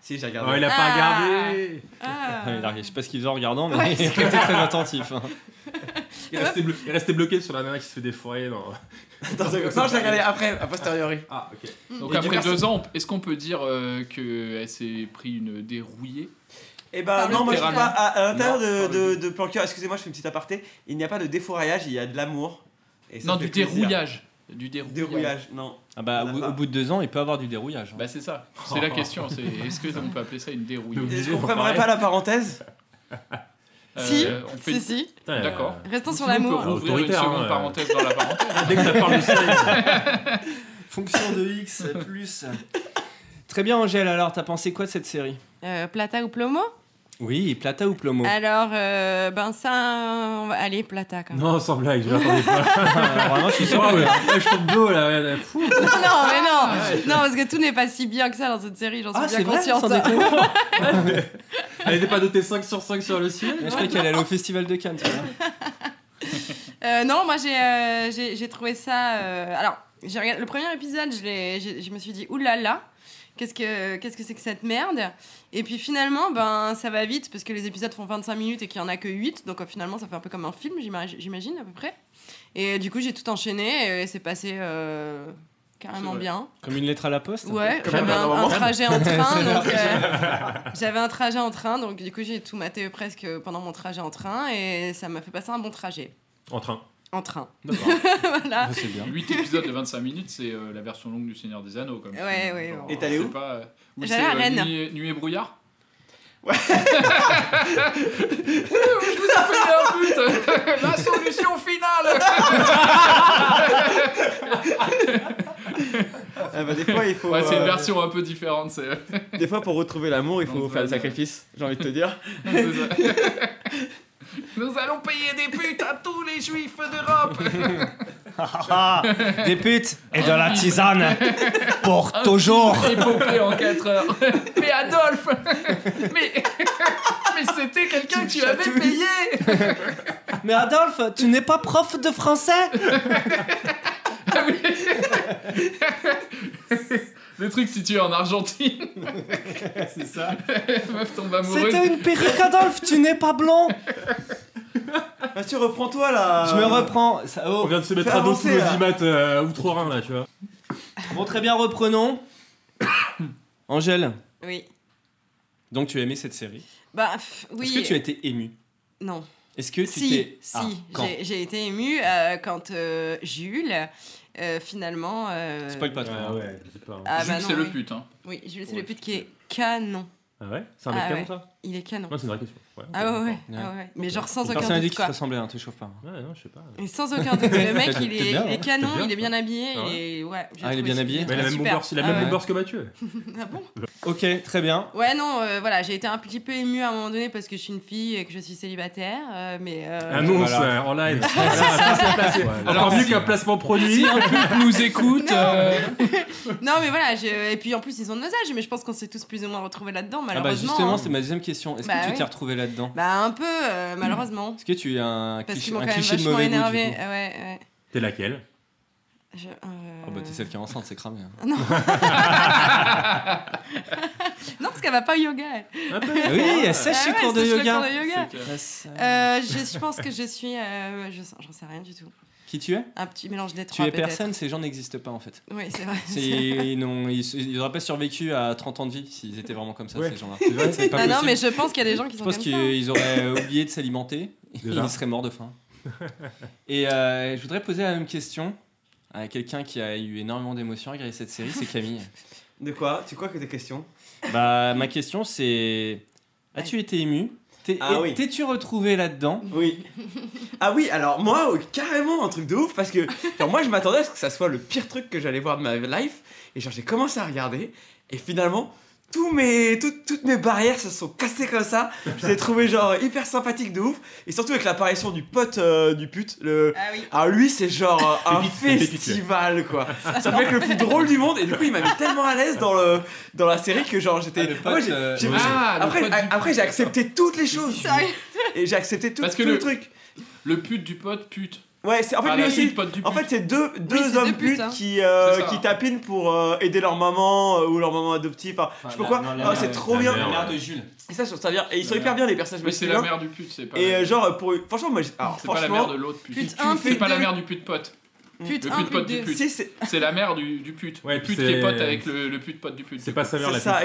S2: Si, j'ai
S3: Oh, il
S2: regardé.
S3: a pas
S4: Ah.
S3: regardé.
S4: Ah.
S1: Ah, mais là, Je sais pas ce qu'il faisait en regardant, mais
S4: Ouais,
S1: il était très attentif. hein.
S3: Il est resté blo- il est resté bloqué sur la nana qui se fait des foyers dans.
S2: Attends, non, je l'ai regardé après, a posteriori.
S3: Ah, ok.
S5: Donc
S2: Et du
S5: après
S2: coup,
S5: deux ans, on- est-ce qu'on peut dire euh, qu'elle s'est pris une dérouillée
S2: Et bah,
S4: Par le
S2: non, moi je
S5: pute.
S2: suis pas à, à l'intérieur
S5: Non, par
S2: de,
S5: le
S2: de, de planqueur. Excusez-moi, je fais une petite aparté. Il n'y a pas de défouraillage, il y a de l'amour. Et ça
S5: Non,
S2: fait
S5: du
S2: plaisir.
S5: dérouillage. Du dérouillage.
S2: Dérouillage, non.
S1: Ah bah, au, au bout de deux ans, il peut avoir du dérouillage. hein.
S5: Bah c'est ça, c'est la question, c'est est-ce que on peut appeler ça une dérouillée
S2: Et Je
S3: Désolé,
S2: comprendrais
S3: pareil.
S2: pas la parenthèse.
S4: Ah. Si,
S5: Euh, on fait-
S4: si, si.
S3: Putain, euh,
S5: D'accord.
S4: Restons sur
S5: si on peut
S4: l'amour.
S5: rouvrir une
S3: Autoritaire,
S5: seconde
S3: hein, euh.
S5: parenthèse dans la parenthèse.
S3: Dès que ça parle de série.
S1: Fonction de X plus. Très bien, Angèle, alors, t'as pensé quoi de cette série
S4: Euh, Plata ou Plomo
S5: Oh.
S1: Oui, Plata ou Plomo
S4: Alors, euh, ben ça, on va aller Plata quand même.
S3: Non, sans blague, je l'attendais pas.
S1: Vraiment, je suis sûr.
S3: Ah ouais, ouais, je tombe de haut là. ouais, là, fou.
S4: Non, mais non Non, parce que tout n'est pas si bien que ça dans cette série, j'en suis
S1: Ah, c'est
S4: bien
S1: vrai,
S4: consciente.
S1: sans déconner.
S3: Elle était pas notée 5 sur 5 sur le ciel
S1: Je crois qu'elle allait au Festival de Cannes, tu vois.
S4: Euh, non, moi j'ai euh, j'ai- j'ai trouvé ça. euh, alors, J'ai regardé- le premier épisode, je, l'ai- j'ai- je me suis dit, oulala, qu'est-ce que qu'est-ce que c'est que cette merde Et puis finalement, ben, ça va vite, parce que les épisodes font 25 minutes et qu'il n'y en a que 8, donc euh, finalement, ça fait un peu comme un film, j'imag- j'imagine, à peu près. Et euh, du coup, j'ai tout enchaîné et c'est passé euh, carrément
S1: C'est vrai.
S4: bien.
S1: Comme une lettre à la poste
S4: Ouais,
S1: Comme
S4: j'avais
S1: un
S4: un, un
S1: roman.
S4: trajet en train,
S1: C'est
S4: donc
S1: vrai.
S4: euh, j'avais un trajet en train, donc du coup j'ai tout maté presque pendant mon trajet en train et ça m'a fait passer un bon trajet
S3: En train.
S4: en train.
S5: D'accord.
S4: voilà.
S5: 8 épisodes de 25 minutes, c'est euh, la version longue du Seigneur des Anneaux. Comme
S4: Ouais,
S5: film.
S4: ouais,
S5: Genre,
S4: ouais.
S2: Et t'es allé
S5: je sais
S2: où
S5: pas, euh, où
S4: J'allais à
S5: c'est, euh,
S4: Rennes.
S5: Nuit, Nuit et brouillard Ouais. je vous ai fait un but La solution finale
S2: Ah bah, des fois, il faut.
S5: Ouais, c'est une
S2: euh,
S5: version un peu différente. C'est... euh,
S2: Des fois, pour retrouver l'amour, il faut
S5: Non,
S2: faire des
S5: c'est-
S2: sacrifices, j'ai envie de te dire.
S5: c'est ça. Nous allons payer des putes à tous les juifs d'Europe
S1: Ah, Des putes et de la tisane pour toujours.
S5: Épopée en 4 heures Mais Adolphe Mais, mais c'était quelqu'un que tu avais payé
S1: Mais Adolphe, tu n'es pas prof de français
S5: Le truc, si tu es en Argentine. C'est ça. Meuf tombe amoureuse.
S1: C'était une perruque, Adolphe, tu n'es pas blond.
S2: Mathieu, reprends-toi là
S1: Je me reprends. Ça- oh.
S3: On vient de se mettre
S2: Fais
S3: à dos tous
S2: avancer,
S3: nos
S2: là.
S3: imates euh, outre-Rhin, là, tu vois.
S1: Bon, très bien, reprenons. Angèle,
S4: Oui.
S1: donc tu as aimé cette série.
S4: Bah pff, oui.
S1: Est-ce que tu as été émue
S4: Non.
S1: Est-ce que tu
S4: Si,
S1: t'es.
S4: si.
S1: Ah, quand
S4: j'ai, j'ai été émue euh, quand euh, Jules, euh, finalement. euh,
S1: Spoil pas trop.
S3: Ah
S1: hein.
S3: ouais, je sais pas. hein.
S4: Ah,
S5: Jules,
S4: bah non,
S5: c'est le
S4: oui.
S5: pute. Hein.
S4: Oui, Jules, c'est
S3: Ouais.
S4: le pute qui est canon.
S3: Ah ouais C'est un
S4: Ah
S3: mec canon,
S4: ouais.
S3: ça
S4: Il est canon.
S3: Non, c'est une vraie question. Ouais, ok,
S4: Ah ouais, ouais,
S1: Ouais.
S4: ah ouais. Mais genre sans
S1: Personne
S4: aucun
S1: n'a dit qu'il
S4: doute
S1: te
S4: quoi.
S1: ressemblait, hein, t'échauffe pas.
S3: d'accord. Ouais, non, je sais pas.
S4: Mais sans aucun doute, le mec
S1: Peut-être-
S4: il
S1: peut-être bien,
S4: est, il
S1: hein,
S4: est canon,
S3: peut-être bien,
S4: il est bien habillé,
S3: Ah ouais.
S4: il est. Ouais, j'ai
S1: Ah, il est
S4: trouvé
S1: bien
S4: ça-
S1: habillé.
S4: j'ai
S3: Mais il a la
S4: trouvé
S3: même
S4: super.
S3: boombox- il a la
S4: Ah
S3: même
S4: ouais.
S3: boombox que Mathieu.
S4: Ah bon
S1: Ok, très bien. Ah
S4: Ouais, non, euh, voilà, j'ai été un petit peu émue à un moment donné parce que je suis une fille et que je suis célibataire, euh, mais. euh,
S3: Annonce
S1: voilà.
S3: euh, en live. Voilà, ça, c'est placé. Encore mieux qu'un placement produit.
S5: nous écoute. euh, ah,
S4: Non. Non, mais voilà, je- et puis en plus, ils ont nos âges, mais je pense qu'on s'est tous plus ou moins retrouvés là-dedans,
S1: Ah bah
S4: malheureusement.
S1: justement,
S4: hein.
S1: c'est ma deuxième question. Est-ce
S4: Bah
S1: que tu
S4: oui.
S1: t'es retrouvé là-dedans
S4: Bah, un peu, euh, malheureusement.
S1: Est-ce que tu as un
S4: Parce
S1: cliché,
S4: qu'ils m'ont
S1: un
S4: quand même
S1: cliché de
S4: vachement
S1: mauvais goût
S4: énervé.
S1: du coup
S4: ouais, ouais.
S3: T'es laquelle
S4: Je- euh,
S1: Oh bah t'es celle qui est enceinte, c'est cramé. hein.
S4: Non, parce qu'elle va pas au yoga. elle.
S3: Un peu.
S1: Oui, elle
S4: Ah
S1: sèche les
S4: ouais,
S1: cours de
S4: sèche les
S1: yoga.
S4: cours de yoga.
S1: Ah, ça-
S4: Euh, je, je pense que je suis. euh, je- J'en sais rien du tout.
S1: Qui tu es
S4: Un petit mélange des
S1: Tu
S4: trois.
S1: es
S4: peut-être.
S1: personne, ces gens n'existent pas en fait.
S4: Oui, c'est vrai.
S1: C'est- Ils n'ont- ils- ils n'auraient pas survécu à 30 ans de vie s'ils étaient vraiment comme ça,
S3: Ouais.
S1: ces gens-là.
S3: vrai,
S1: C'est pas
S4: Ah non,
S1: possible.
S4: mais je pense qu'il y a des gens qui
S1: Je
S4: sont
S1: pense
S4: comme ça. hein.
S1: qu'ils auraient oublié de s'alimenter.
S3: Déjà.
S1: Ils seraient morts de faim. Et euh, je voudrais poser la même question à quelqu'un qui a eu énormément d'émotions à regarder cette série, c'est Camille.
S2: De quoi Tu crois que tes questions
S1: bah, ma question c'est as-tu été ému T'es-
S2: Ah oui.
S1: T'es-tu retrouvé là-dedans
S2: Oui. Ah oui, alors moi, oui, carrément un truc de ouf parce que genre, moi je m'attendais à ce que ça soit le pire truc que j'allais voir de ma life et genre j'ai commencé à regarder et finalement tous mes, tout- toutes mes barrières se sont cassées comme ça. Je les ai trouvés genre hyper sympathiques de ouf et surtout avec l'apparition du pote euh, du pute, le,
S4: Ah oui.
S2: Ah lui c'est genre euh, un
S3: Pépite, c'est pépite,
S2: festival quoi. Ça mec le plus drôle du monde et du coup il m'a mis tellement à l'aise dans le dans la série que genre j'étais
S1: Ah, le
S2: Ah,
S1: pote,
S2: moi, j'ai-
S1: euh,
S2: j'ai-
S5: oui.
S2: j'ai-
S5: Ah, le
S2: après
S5: pote
S2: a-
S5: du-
S2: après j'ai accepté toutes les choses
S4: Sérieux
S2: et j'ai accepté tout,
S5: Parce que
S2: tout
S5: le-
S2: le truc.
S5: Le pute du pote, pute.
S2: Ouais, c'est en fait
S5: Ah,
S2: lui
S5: la
S2: aussi
S5: pute, pote du pute.
S2: en fait, c'est deux, deux
S4: c'est
S2: hommes
S4: deux putes,
S2: putes
S4: hein.
S2: qui, euh,
S5: C'est ça.
S2: qui tapinent pour euh, aider leur maman euh, ou leur maman adoptive. Enfin, je sais pas quoi. Ah, c'est trop
S3: la
S2: bien.
S3: mère.
S1: de Jules.
S2: Et ça, je trouve ça bien. Et ils sont
S1: La
S2: hyper bien, les personnages
S5: mais c'est la
S2: masculins.
S5: mère du pute, c'est pas.
S2: Et
S5: la-
S2: euh, genre, pour. Franchement, moi. j'ai- Alors,
S5: c'est pas la mère
S2: franchement.
S5: de l'autre pute.
S4: Pute
S5: Tu
S4: un,
S5: fais
S4: pute
S5: pas la
S4: deux.
S5: mère du pute pote.
S4: Pute
S5: Le
S4: 1,
S5: pute
S4: pute
S5: pote du
S4: 2.
S5: pute.
S2: Si, c'est
S5: C'est la mère du, du pute.
S3: Ouais,
S5: le
S3: puis
S5: pute qui est
S3: c'est-
S5: pote avec le, le pute pote du pute.
S3: C'est pas sa mère
S2: c'est
S3: la
S2: ça,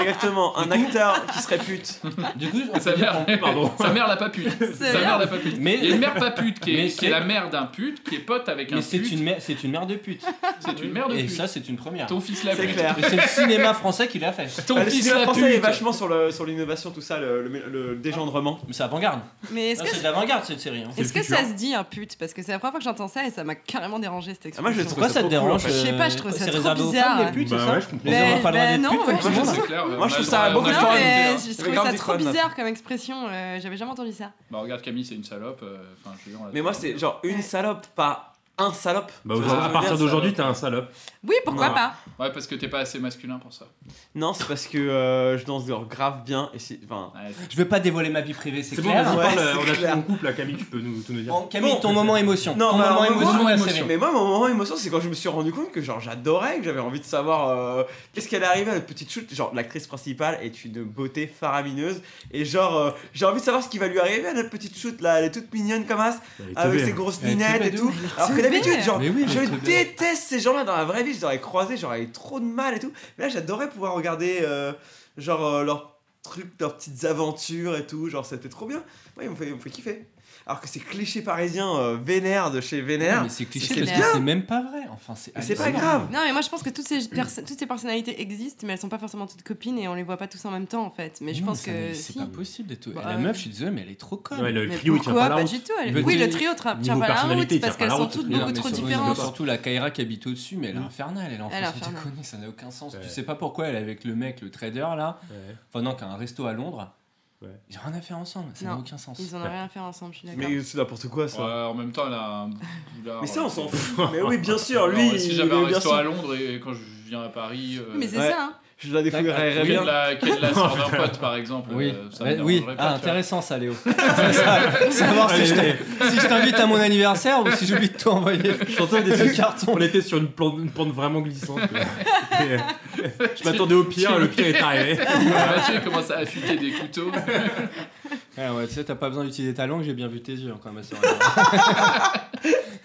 S2: exactement. Un acteur qui serait pute.
S1: Du coup,
S5: Et Sa mère,
S3: Pardon.
S5: sa mère la papute.
S4: C'est
S5: Sa mère la papute.
S1: Mais-
S5: Il y a une mère papute qui
S1: Mais
S5: est, qui
S1: c'est-
S5: est la mère d'un pute qui est pote avec un
S1: mais c'est
S5: pute.
S1: une, mère- c'est une mère de pute.
S5: C'est une mère de
S1: Et
S5: pute.
S1: ça, c'est une première.
S5: Ton fils la
S2: C'est
S5: pute.
S2: clair.
S1: Et c'est le cinéma français qui l'a fait.
S5: Ton
S2: Ah, le
S5: fils
S2: cinéma
S5: la
S2: français est
S5: pute.
S2: vachement sur le- sur l'innovation, tout ça, le, le- le dégendrement.
S1: Mais c'est avant-garde.
S4: Mais est-ce
S5: Ah,
S1: Non,
S4: que,
S1: C'est de l'avant-garde cette série. hein.
S3: le
S4: est-ce que
S3: futur.
S4: ça se dit un pute Parce que c'est la première fois que j'entends ça et ça m'a carrément dérangé cette
S2: Ah, moi, je
S4: expression.
S2: le
S1: Pourquoi
S2: trouve
S1: ça te
S2: trop cool, en
S1: dérange euh,
S2: fait.
S4: Je sais pas, je trouve
S1: trouve
S4: ça
S1: c'est
S4: trop
S1: réservé aux
S4: bizarres.
S1: femmes, les putes,
S3: Bah
S1: c'est ça
S3: ouais, je comprends.
S1: Les hommes n'ont pas le droit
S4: Mais-
S1: d'être putes,
S4: bah non,
S1: comme tout le
S2: ouais.
S1: monde.
S5: C'est clair. euh,
S2: Moi, je trouve
S5: on a-
S2: ça
S5: on a
S2: beaucoup
S5: le
S2: plus
S5: droit
S4: non,
S5: de
S4: mais
S5: dire.
S4: je
S2: Mais
S4: trouvais
S2: grave
S4: ça
S2: des
S4: trop
S2: crânes.
S4: bizarre comme expression, euh, j'avais jamais entendu ça.
S5: Bah regarde Camille, c'est une salope. euh, Enfin, je veux dire, on a-
S2: Mais moi, c'est genre une salope, pas un salope.
S3: Bah,
S2: Tu vois
S3: aujourd'hui- à
S2: ce que je veux
S3: partir
S2: dire,
S3: d'aujourd'hui,
S2: salope
S3: t'es un salope.
S4: Oui, pourquoi
S2: Non.
S4: pas
S5: Ouais, parce que t'es pas assez masculin pour ça.
S2: Non, c'est parce que euh, je danse genre grave bien et c'est. Enfin.
S5: Ouais.
S1: Je veux pas dévoiler ma vie privée, c'est
S3: C'est bon,
S1: clair.
S3: vas-y,
S2: Ouais,
S3: parle.
S2: c'est
S3: euh, On a
S2: clair. Ah
S3: fini mon couple, là, Camille, tu peux nous, tout nous dire.
S1: Bon, Camille,
S2: Bon.
S1: ton moment émotion.
S2: Non,
S1: ton
S2: bah,
S1: moment
S2: mon moment
S1: émotion, la
S5: émotion.
S1: série.
S2: Mais moi, mon moment émotion, c'est quand je me suis rendu compte que genre j'adorais, que j'avais envie de savoir euh, qu'est-ce qu'elle arrivait à la petite chute. Genre l'actrice principale est une beauté faramineuse et genre euh, j'ai envie de savoir ce qui va lui arriver à notre petite chute là. Elle est toute mignonne comme as,
S3: Elle est
S2: avec
S3: teubée,
S2: ses
S3: hein.
S2: grosses
S1: Elle est hein.
S2: lunettes et
S1: teubée de
S2: tout.
S1: ouf.
S2: Alors que
S4: teubée.
S2: d'habitude, genre
S1: Mais oui, elle
S2: je
S1: est teubée.
S2: déteste ces gens-là dans la vraie vie. Je les aurais croisés, j'aurais eu trop de mal et tout. Mais là, j'adorais pouvoir regarder euh, genre euh, leurs trucs, leurs petites aventures et tout. Genre c'était trop bien. Moi, ils m'ont fait, ils m'ont fait kiffer. Alors que c'est cliché parisien euh, vénère de chez vénère.
S1: Mais c'est cliché
S2: C'est
S1: parce que
S4: bien.
S1: c'est même pas vrai. Enfin, c'est
S2: Mais c'est pas
S1: hallucinant.
S2: grave.
S4: Non, mais moi je pense que toutes ces, perso- toutes ces personnalités existent, mais elles sont pas forcément toutes copines et on les voit pas tous en même temps en fait. Mais je
S1: Non,
S4: pense
S1: ça
S4: que.
S1: n'est- C'est
S4: si.
S1: pas possible d'être.
S4: Bah,
S1: La
S4: ouais.
S1: meuf, je suis désolé, mais elle est trop conne.
S3: Ouais, le
S4: Mais
S3: trio, il tient
S4: pourquoi bah,
S3: pas la route.
S4: Pas du tout.
S1: Ils
S4: Elle...
S1: veulent
S4: Oui,
S1: dire-
S4: le trio tra- tient
S3: niveau
S4: pas la
S3: personnalité,
S4: route
S3: il tient
S4: parce
S3: pas la
S4: qu'elles sont
S3: route,
S4: toutes
S3: mais non,
S4: beaucoup
S1: mais
S4: trop
S1: surtout-
S4: différentes.
S1: Surtout la Kaira qui habite au-dessus, mais elle est
S3: Mm.
S1: infernale. Elle est en
S4: Elle est
S1: façon
S4: infernale.
S1: déconner, ça n'a aucun sens.
S3: Ouais.
S1: Tu sais pas pourquoi elle est avec le mec, le trader là,
S3: Ouais.
S1: enfin non, qui a un resto à Londres.
S3: Ouais.
S1: Ils ont rien à faire ensemble, ça
S4: Non.
S1: n'a aucun sens.
S4: Ils en ont
S3: Ouais.
S4: rien à faire ensemble, je suis d'accord.
S2: Mais euh, c'est n'importe quoi ça.
S5: Ouais, en même temps, elle a un boulard.
S2: Mais ça, on s'en fout. Mais oui, bien sûr,
S5: Alors,
S2: lui,
S5: si
S2: il-
S5: j'avais un
S2: bien
S5: resto
S2: sûr.
S5: à Londres et et quand je viens à Paris, euh,
S4: Mais c'est
S2: Ouais.
S4: ça, hein.
S2: je la découvrirais
S5: oui,
S2: bien.
S5: la, qu'elle la sort d'un
S3: Putain.
S5: pote, par exemple,
S1: Oui,
S5: euh, ça me
S1: Ouais, oui. Ah,
S5: dérangerait pas, tu vois.
S1: intéressant ça, Léo. Ça, ça, Savoir si je t'ai- si je t'invite à mon anniversaire ou si j'oublie de t'envoyer des cartons.
S3: On était sur une pente, une pente vraiment glissante. quoi. Et, euh, je m'attendais au pire, le pire est arrivé.
S5: Mathieu commence à affûter des couteaux.
S1: Ah ouais, tu sais, t'as pas besoin d'utiliser ta langue, j'ai bien vu tes yeux quand même.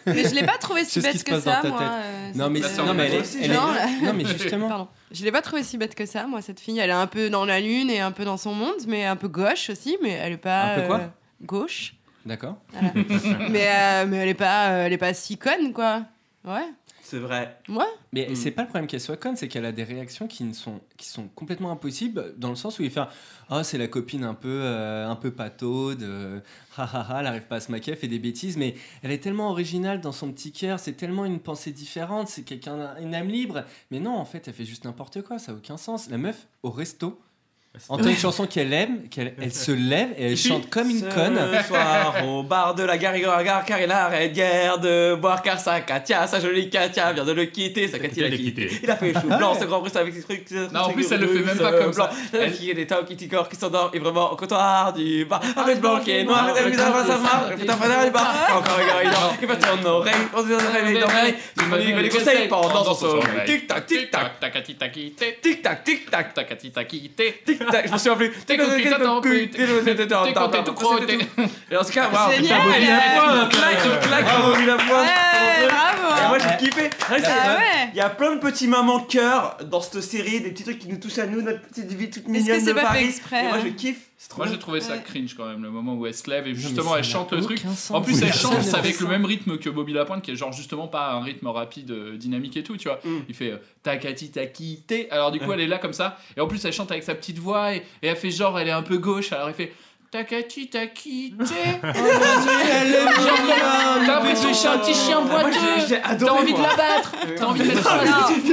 S4: Mais je l'ai pas trouvé
S1: C'est ce
S4: si
S1: qui
S4: bête
S1: se
S4: que
S1: passe
S4: ça,
S1: dans ta
S4: moi.
S1: tête.
S4: euh,
S1: Non, mais,
S4: cette,
S1: non, mais elle
S4: euh,
S1: est, elle est-
S4: Non, là.
S1: non, mais justement.
S4: Pardon. Je l'ai pas trouvé si bête que ça, moi, cette fille. Elle est un peu dans la lune et un peu dans son monde, mais un peu gauche aussi, mais elle est pas.
S1: Un peu quoi
S4: euh, Gauche.
S1: D'accord.
S4: Voilà. mais, euh, mais elle est pas, euh, elle est pas si conne, quoi. Ouais.
S2: C'est vrai.
S1: Mais
S2: Mm.
S1: c'est pas le problème qu'elle soit conne, c'est qu'elle a des réactions qui ne sont qui sont complètement impossibles dans le sens où il fait ah c'est la copine un peu euh, un peu pataude, euh, ha ha ha, elle arrive pas à se maquiller, elle fait des bêtises, mais elle est tellement originale dans son petit cœur, c'est tellement une pensée différente, c'est quelqu'un une âme libre. Mais non, en fait, elle fait juste n'importe quoi, ça a aucun sens. La meuf au resto entend une chanson qu'elle aime, qu'elle elle se lève et elle chante comme une
S2: Ce
S1: conne.
S2: soir, au bar de la gare, il regarde car il arrête guère de boire car sa Katia, sa jolie Katia, vient de le quitter. Sa Katia
S3: Elle
S2: l'a
S3: est
S2: quitté.
S3: quittée.
S2: Il a fait le chou blanc, ce grand bruit avec ses trucs. ses
S5: Non, en
S2: trucs
S5: plus, elle le fait même
S2: russes,
S5: pas comme
S2: euh, blanc.
S5: ça.
S2: Elle
S5: Elle-
S2: qui est des temps qui ticorent, qui s'endort, et vraiment au comptoir du bar. Arrête de blanquer, noir,
S5: noir,
S2: et t'as mis dans sa
S5: regarde,
S2: marque, putain, frère du bar. Encore un gars, il dort, il va tourner nos oreilles, on se donne réveil dans l'oreille. Il m'a dit, il des conseils pendant son sommeil. Tic-tac, tic-tac,
S5: tacati tacati
S2: tic-tac, tic-tac.
S5: tacati tacati
S2: Tic-tac, je me souviens plus.
S5: T'es content, t'es content,
S2: Tic-tac,
S5: t'es
S2: tic-tac, tic-tac,
S5: T'es content, tout gros, t'es-
S2: Et en tout cas, waouh,
S4: Génial.
S2: putain, Bobby Lapointe,
S5: Ouais.
S2: claque, claque, claque, Bobby Lapointe.
S4: Ouais,
S2: Et
S4: bravo hein.
S2: moi j'ai kiffé. Ouais, c'est-
S4: Ah
S2: Il
S4: ouais
S2: y a plein de petits moments de cœur dans cette série, des petits trucs qui nous touchent à nous, notre petite vie toute
S4: Est-ce que
S2: mignonne de
S4: c'est pas fait
S2: Paris.
S4: exprès,
S2: Et moi
S4: hein
S2: je kiffe. C'est trop
S5: Moi,
S2: bien.
S5: j'ai trouvé ça
S4: Ouais.
S5: cringe quand même, le moment où elle se lève et
S1: mais
S5: justement
S1: ça
S5: elle chante
S1: n'a
S5: le truc.
S1: aucun sens.
S5: En plus,
S1: Oui,
S5: elle
S1: ça
S5: chante
S1: n'a
S5: avec
S1: aucun
S5: le même rythme que Bobby Lapointe, qui est genre justement pas un rythme rapide, euh, dynamique et tout, tu vois.
S2: Mm.
S5: Il fait euh, tacati taquité. Alors, du coup, elle est là comme ça. Et en plus, elle chante avec sa petite voix et, et elle fait genre, elle est un peu gauche. Alors, elle fait tacati taquité.
S4: Oh,
S5: T'as l'impression que je suis un petit chien
S2: Ah, moi,
S5: boiteux.
S2: j'ai- j'ai
S5: T'as
S2: adoré.
S5: envie de
S2: moi.
S5: la battre.
S3: Euh,
S5: T'as envie de
S4: Non,
S5: la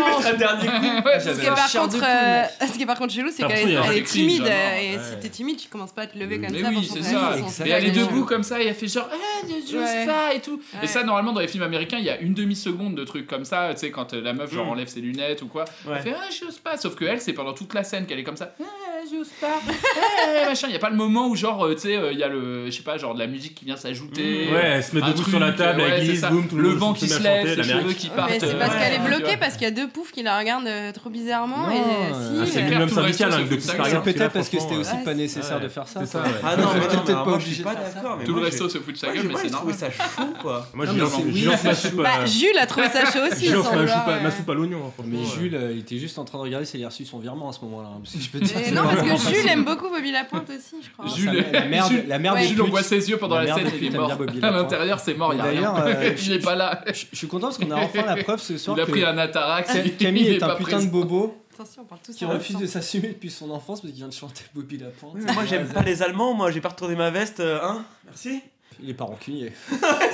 S4: non.
S2: Un dernier coup.
S4: ce qui est par
S1: Chair de
S4: contre,
S1: poule,
S4: euh, ce qui est par contre chelou, c'est
S3: Perso,
S4: qu'elle
S3: il y a
S4: elle
S5: des
S4: est timide.
S5: cringes, alors,
S4: euh, Et
S3: ouais.
S4: si t'es timide, tu commences pas à te lever comme
S5: Mais
S4: ça. pour
S5: oui,
S4: chanter
S5: c'est
S4: la
S5: ça.
S4: chanson, c'est
S5: Et elle est
S4: pas
S5: debout
S4: gênant.
S5: comme ça et elle fait genre, ah, je
S4: Ouais.
S5: pas et tout.
S4: Ouais.
S5: Et ça, normalement, dans les films américains, il y a une demi-seconde de trucs comme ça, tu sais, quand euh, la meuf genre
S2: Mm.
S5: enlève ses lunettes ou quoi.
S2: Ouais.
S5: Elle fait, ah, j'ose pas. Sauf que elle, c'est pendant toute la scène qu'elle est comme ça, ah, j'ose pas, ah, machin. Il n'y a pas le moment où genre, euh, tu sais, euh, il y a le, je sais pas, genre de la musique qui vient s'ajouter.
S3: Mm. Ouais, elle se met
S5: Un
S3: debout
S5: truc,
S3: sur la table,
S5: euh, ouais,
S3: elle glisse,
S5: c'est ça.
S3: boum, tout le
S5: le
S3: monde
S5: vent
S3: se
S5: qui
S3: met à
S5: se
S3: chanter,
S5: lève, ses
S3: l'Amérique.
S5: cheveux qui partent.
S4: Mais c'est
S5: euh,
S4: parce
S2: ouais.
S4: qu'elle est
S5: tu
S4: bloquée,
S5: vois.
S4: parce qu'il y a deux poufs qui la regardent euh, trop bizarrement.
S1: Non,
S4: et
S1: euh,
S4: euh, si,
S3: c'est
S4: euh,
S3: le
S5: clair,
S3: minimum
S5: tout le reste,
S3: syndical
S5: on
S3: hein,
S5: se
S3: que
S5: fout
S3: de
S5: de
S3: se
S5: ça,
S3: faire
S5: c'est
S1: C'est
S3: gaffe, là,
S1: peut-être parce que
S3: franchement,
S1: c'était aussi
S4: ouais.
S1: pas nécessaire de faire ça.
S3: hein. C'est ça,
S1: quoi.
S3: ouais.
S2: Ah non, mais
S1: J'étais
S2: non, mais
S1: peut-être
S2: alors,
S1: pas
S2: moi je
S1: obligé
S2: suis
S1: de
S2: pas
S1: faire ça.
S2: d'accord. mais
S5: Tout le
S2: moi,
S5: resto
S2: j'ai-
S5: se fout de sa
S2: moi, j'ai-
S5: gueule, mais
S2: moi,
S5: c'est
S2: j'ai trouvé
S5: normal.
S2: ça chou quoi.
S3: Moi,
S1: Non,
S3: je
S1: mais
S3: lance-
S1: c'est-
S3: je
S1: oui,
S3: lance ma
S1: c'est
S3: soupe
S1: chaud.
S3: à-
S4: Bah, Jules a trouvé ça chaud aussi.
S3: je lance
S4: sans
S3: ma
S4: vouloir,
S3: soupe à-
S4: ouais.
S3: ma soupe à l'oignon. hein, franchement.
S1: Mais Jules, euh, il était juste en train de regarder s'il a reçu son virement à ce moment-là. hein, parce que je peux te dire,
S4: Mais
S1: c'est
S4: non, parce
S1: vraiment
S4: que Jules aime beaucoup Bobby Lapointe aussi, je crois.
S5: Jules-
S1: Ça, la merde,
S5: Jules-
S1: la merde
S4: Ouais.
S1: des
S5: Jules, on
S1: putes.
S5: voit ses yeux pendant
S1: La
S5: la,
S1: merde
S5: scène,
S1: des
S5: il est
S1: putes,
S5: mort.
S1: aime bien Bobby
S5: À
S1: Lapointe.
S5: l'intérieur, c'est mort, il y a
S1: D'ailleurs,
S5: rien.
S1: euh,
S5: Il est pas là.
S1: je je suis content parce qu'on a enfin la preuve ce soir
S5: Il a
S1: que
S5: pris un atarax.
S1: Cam-
S5: il-
S1: Camille
S5: il
S1: est, un
S5: pas
S1: putain
S5: présent.
S1: de bobo
S4: Attention, on parle tous
S1: qui
S4: en même
S1: refuse
S4: temps.
S1: de s'assumer depuis son enfance parce qu'il vient de chanter Bobby Lapointe.
S2: Oui, mais Moi j'aime pas les Allemands, moi j'ai pas retourné ma veste, euh, hein Merci.
S1: Il est pas rancunier.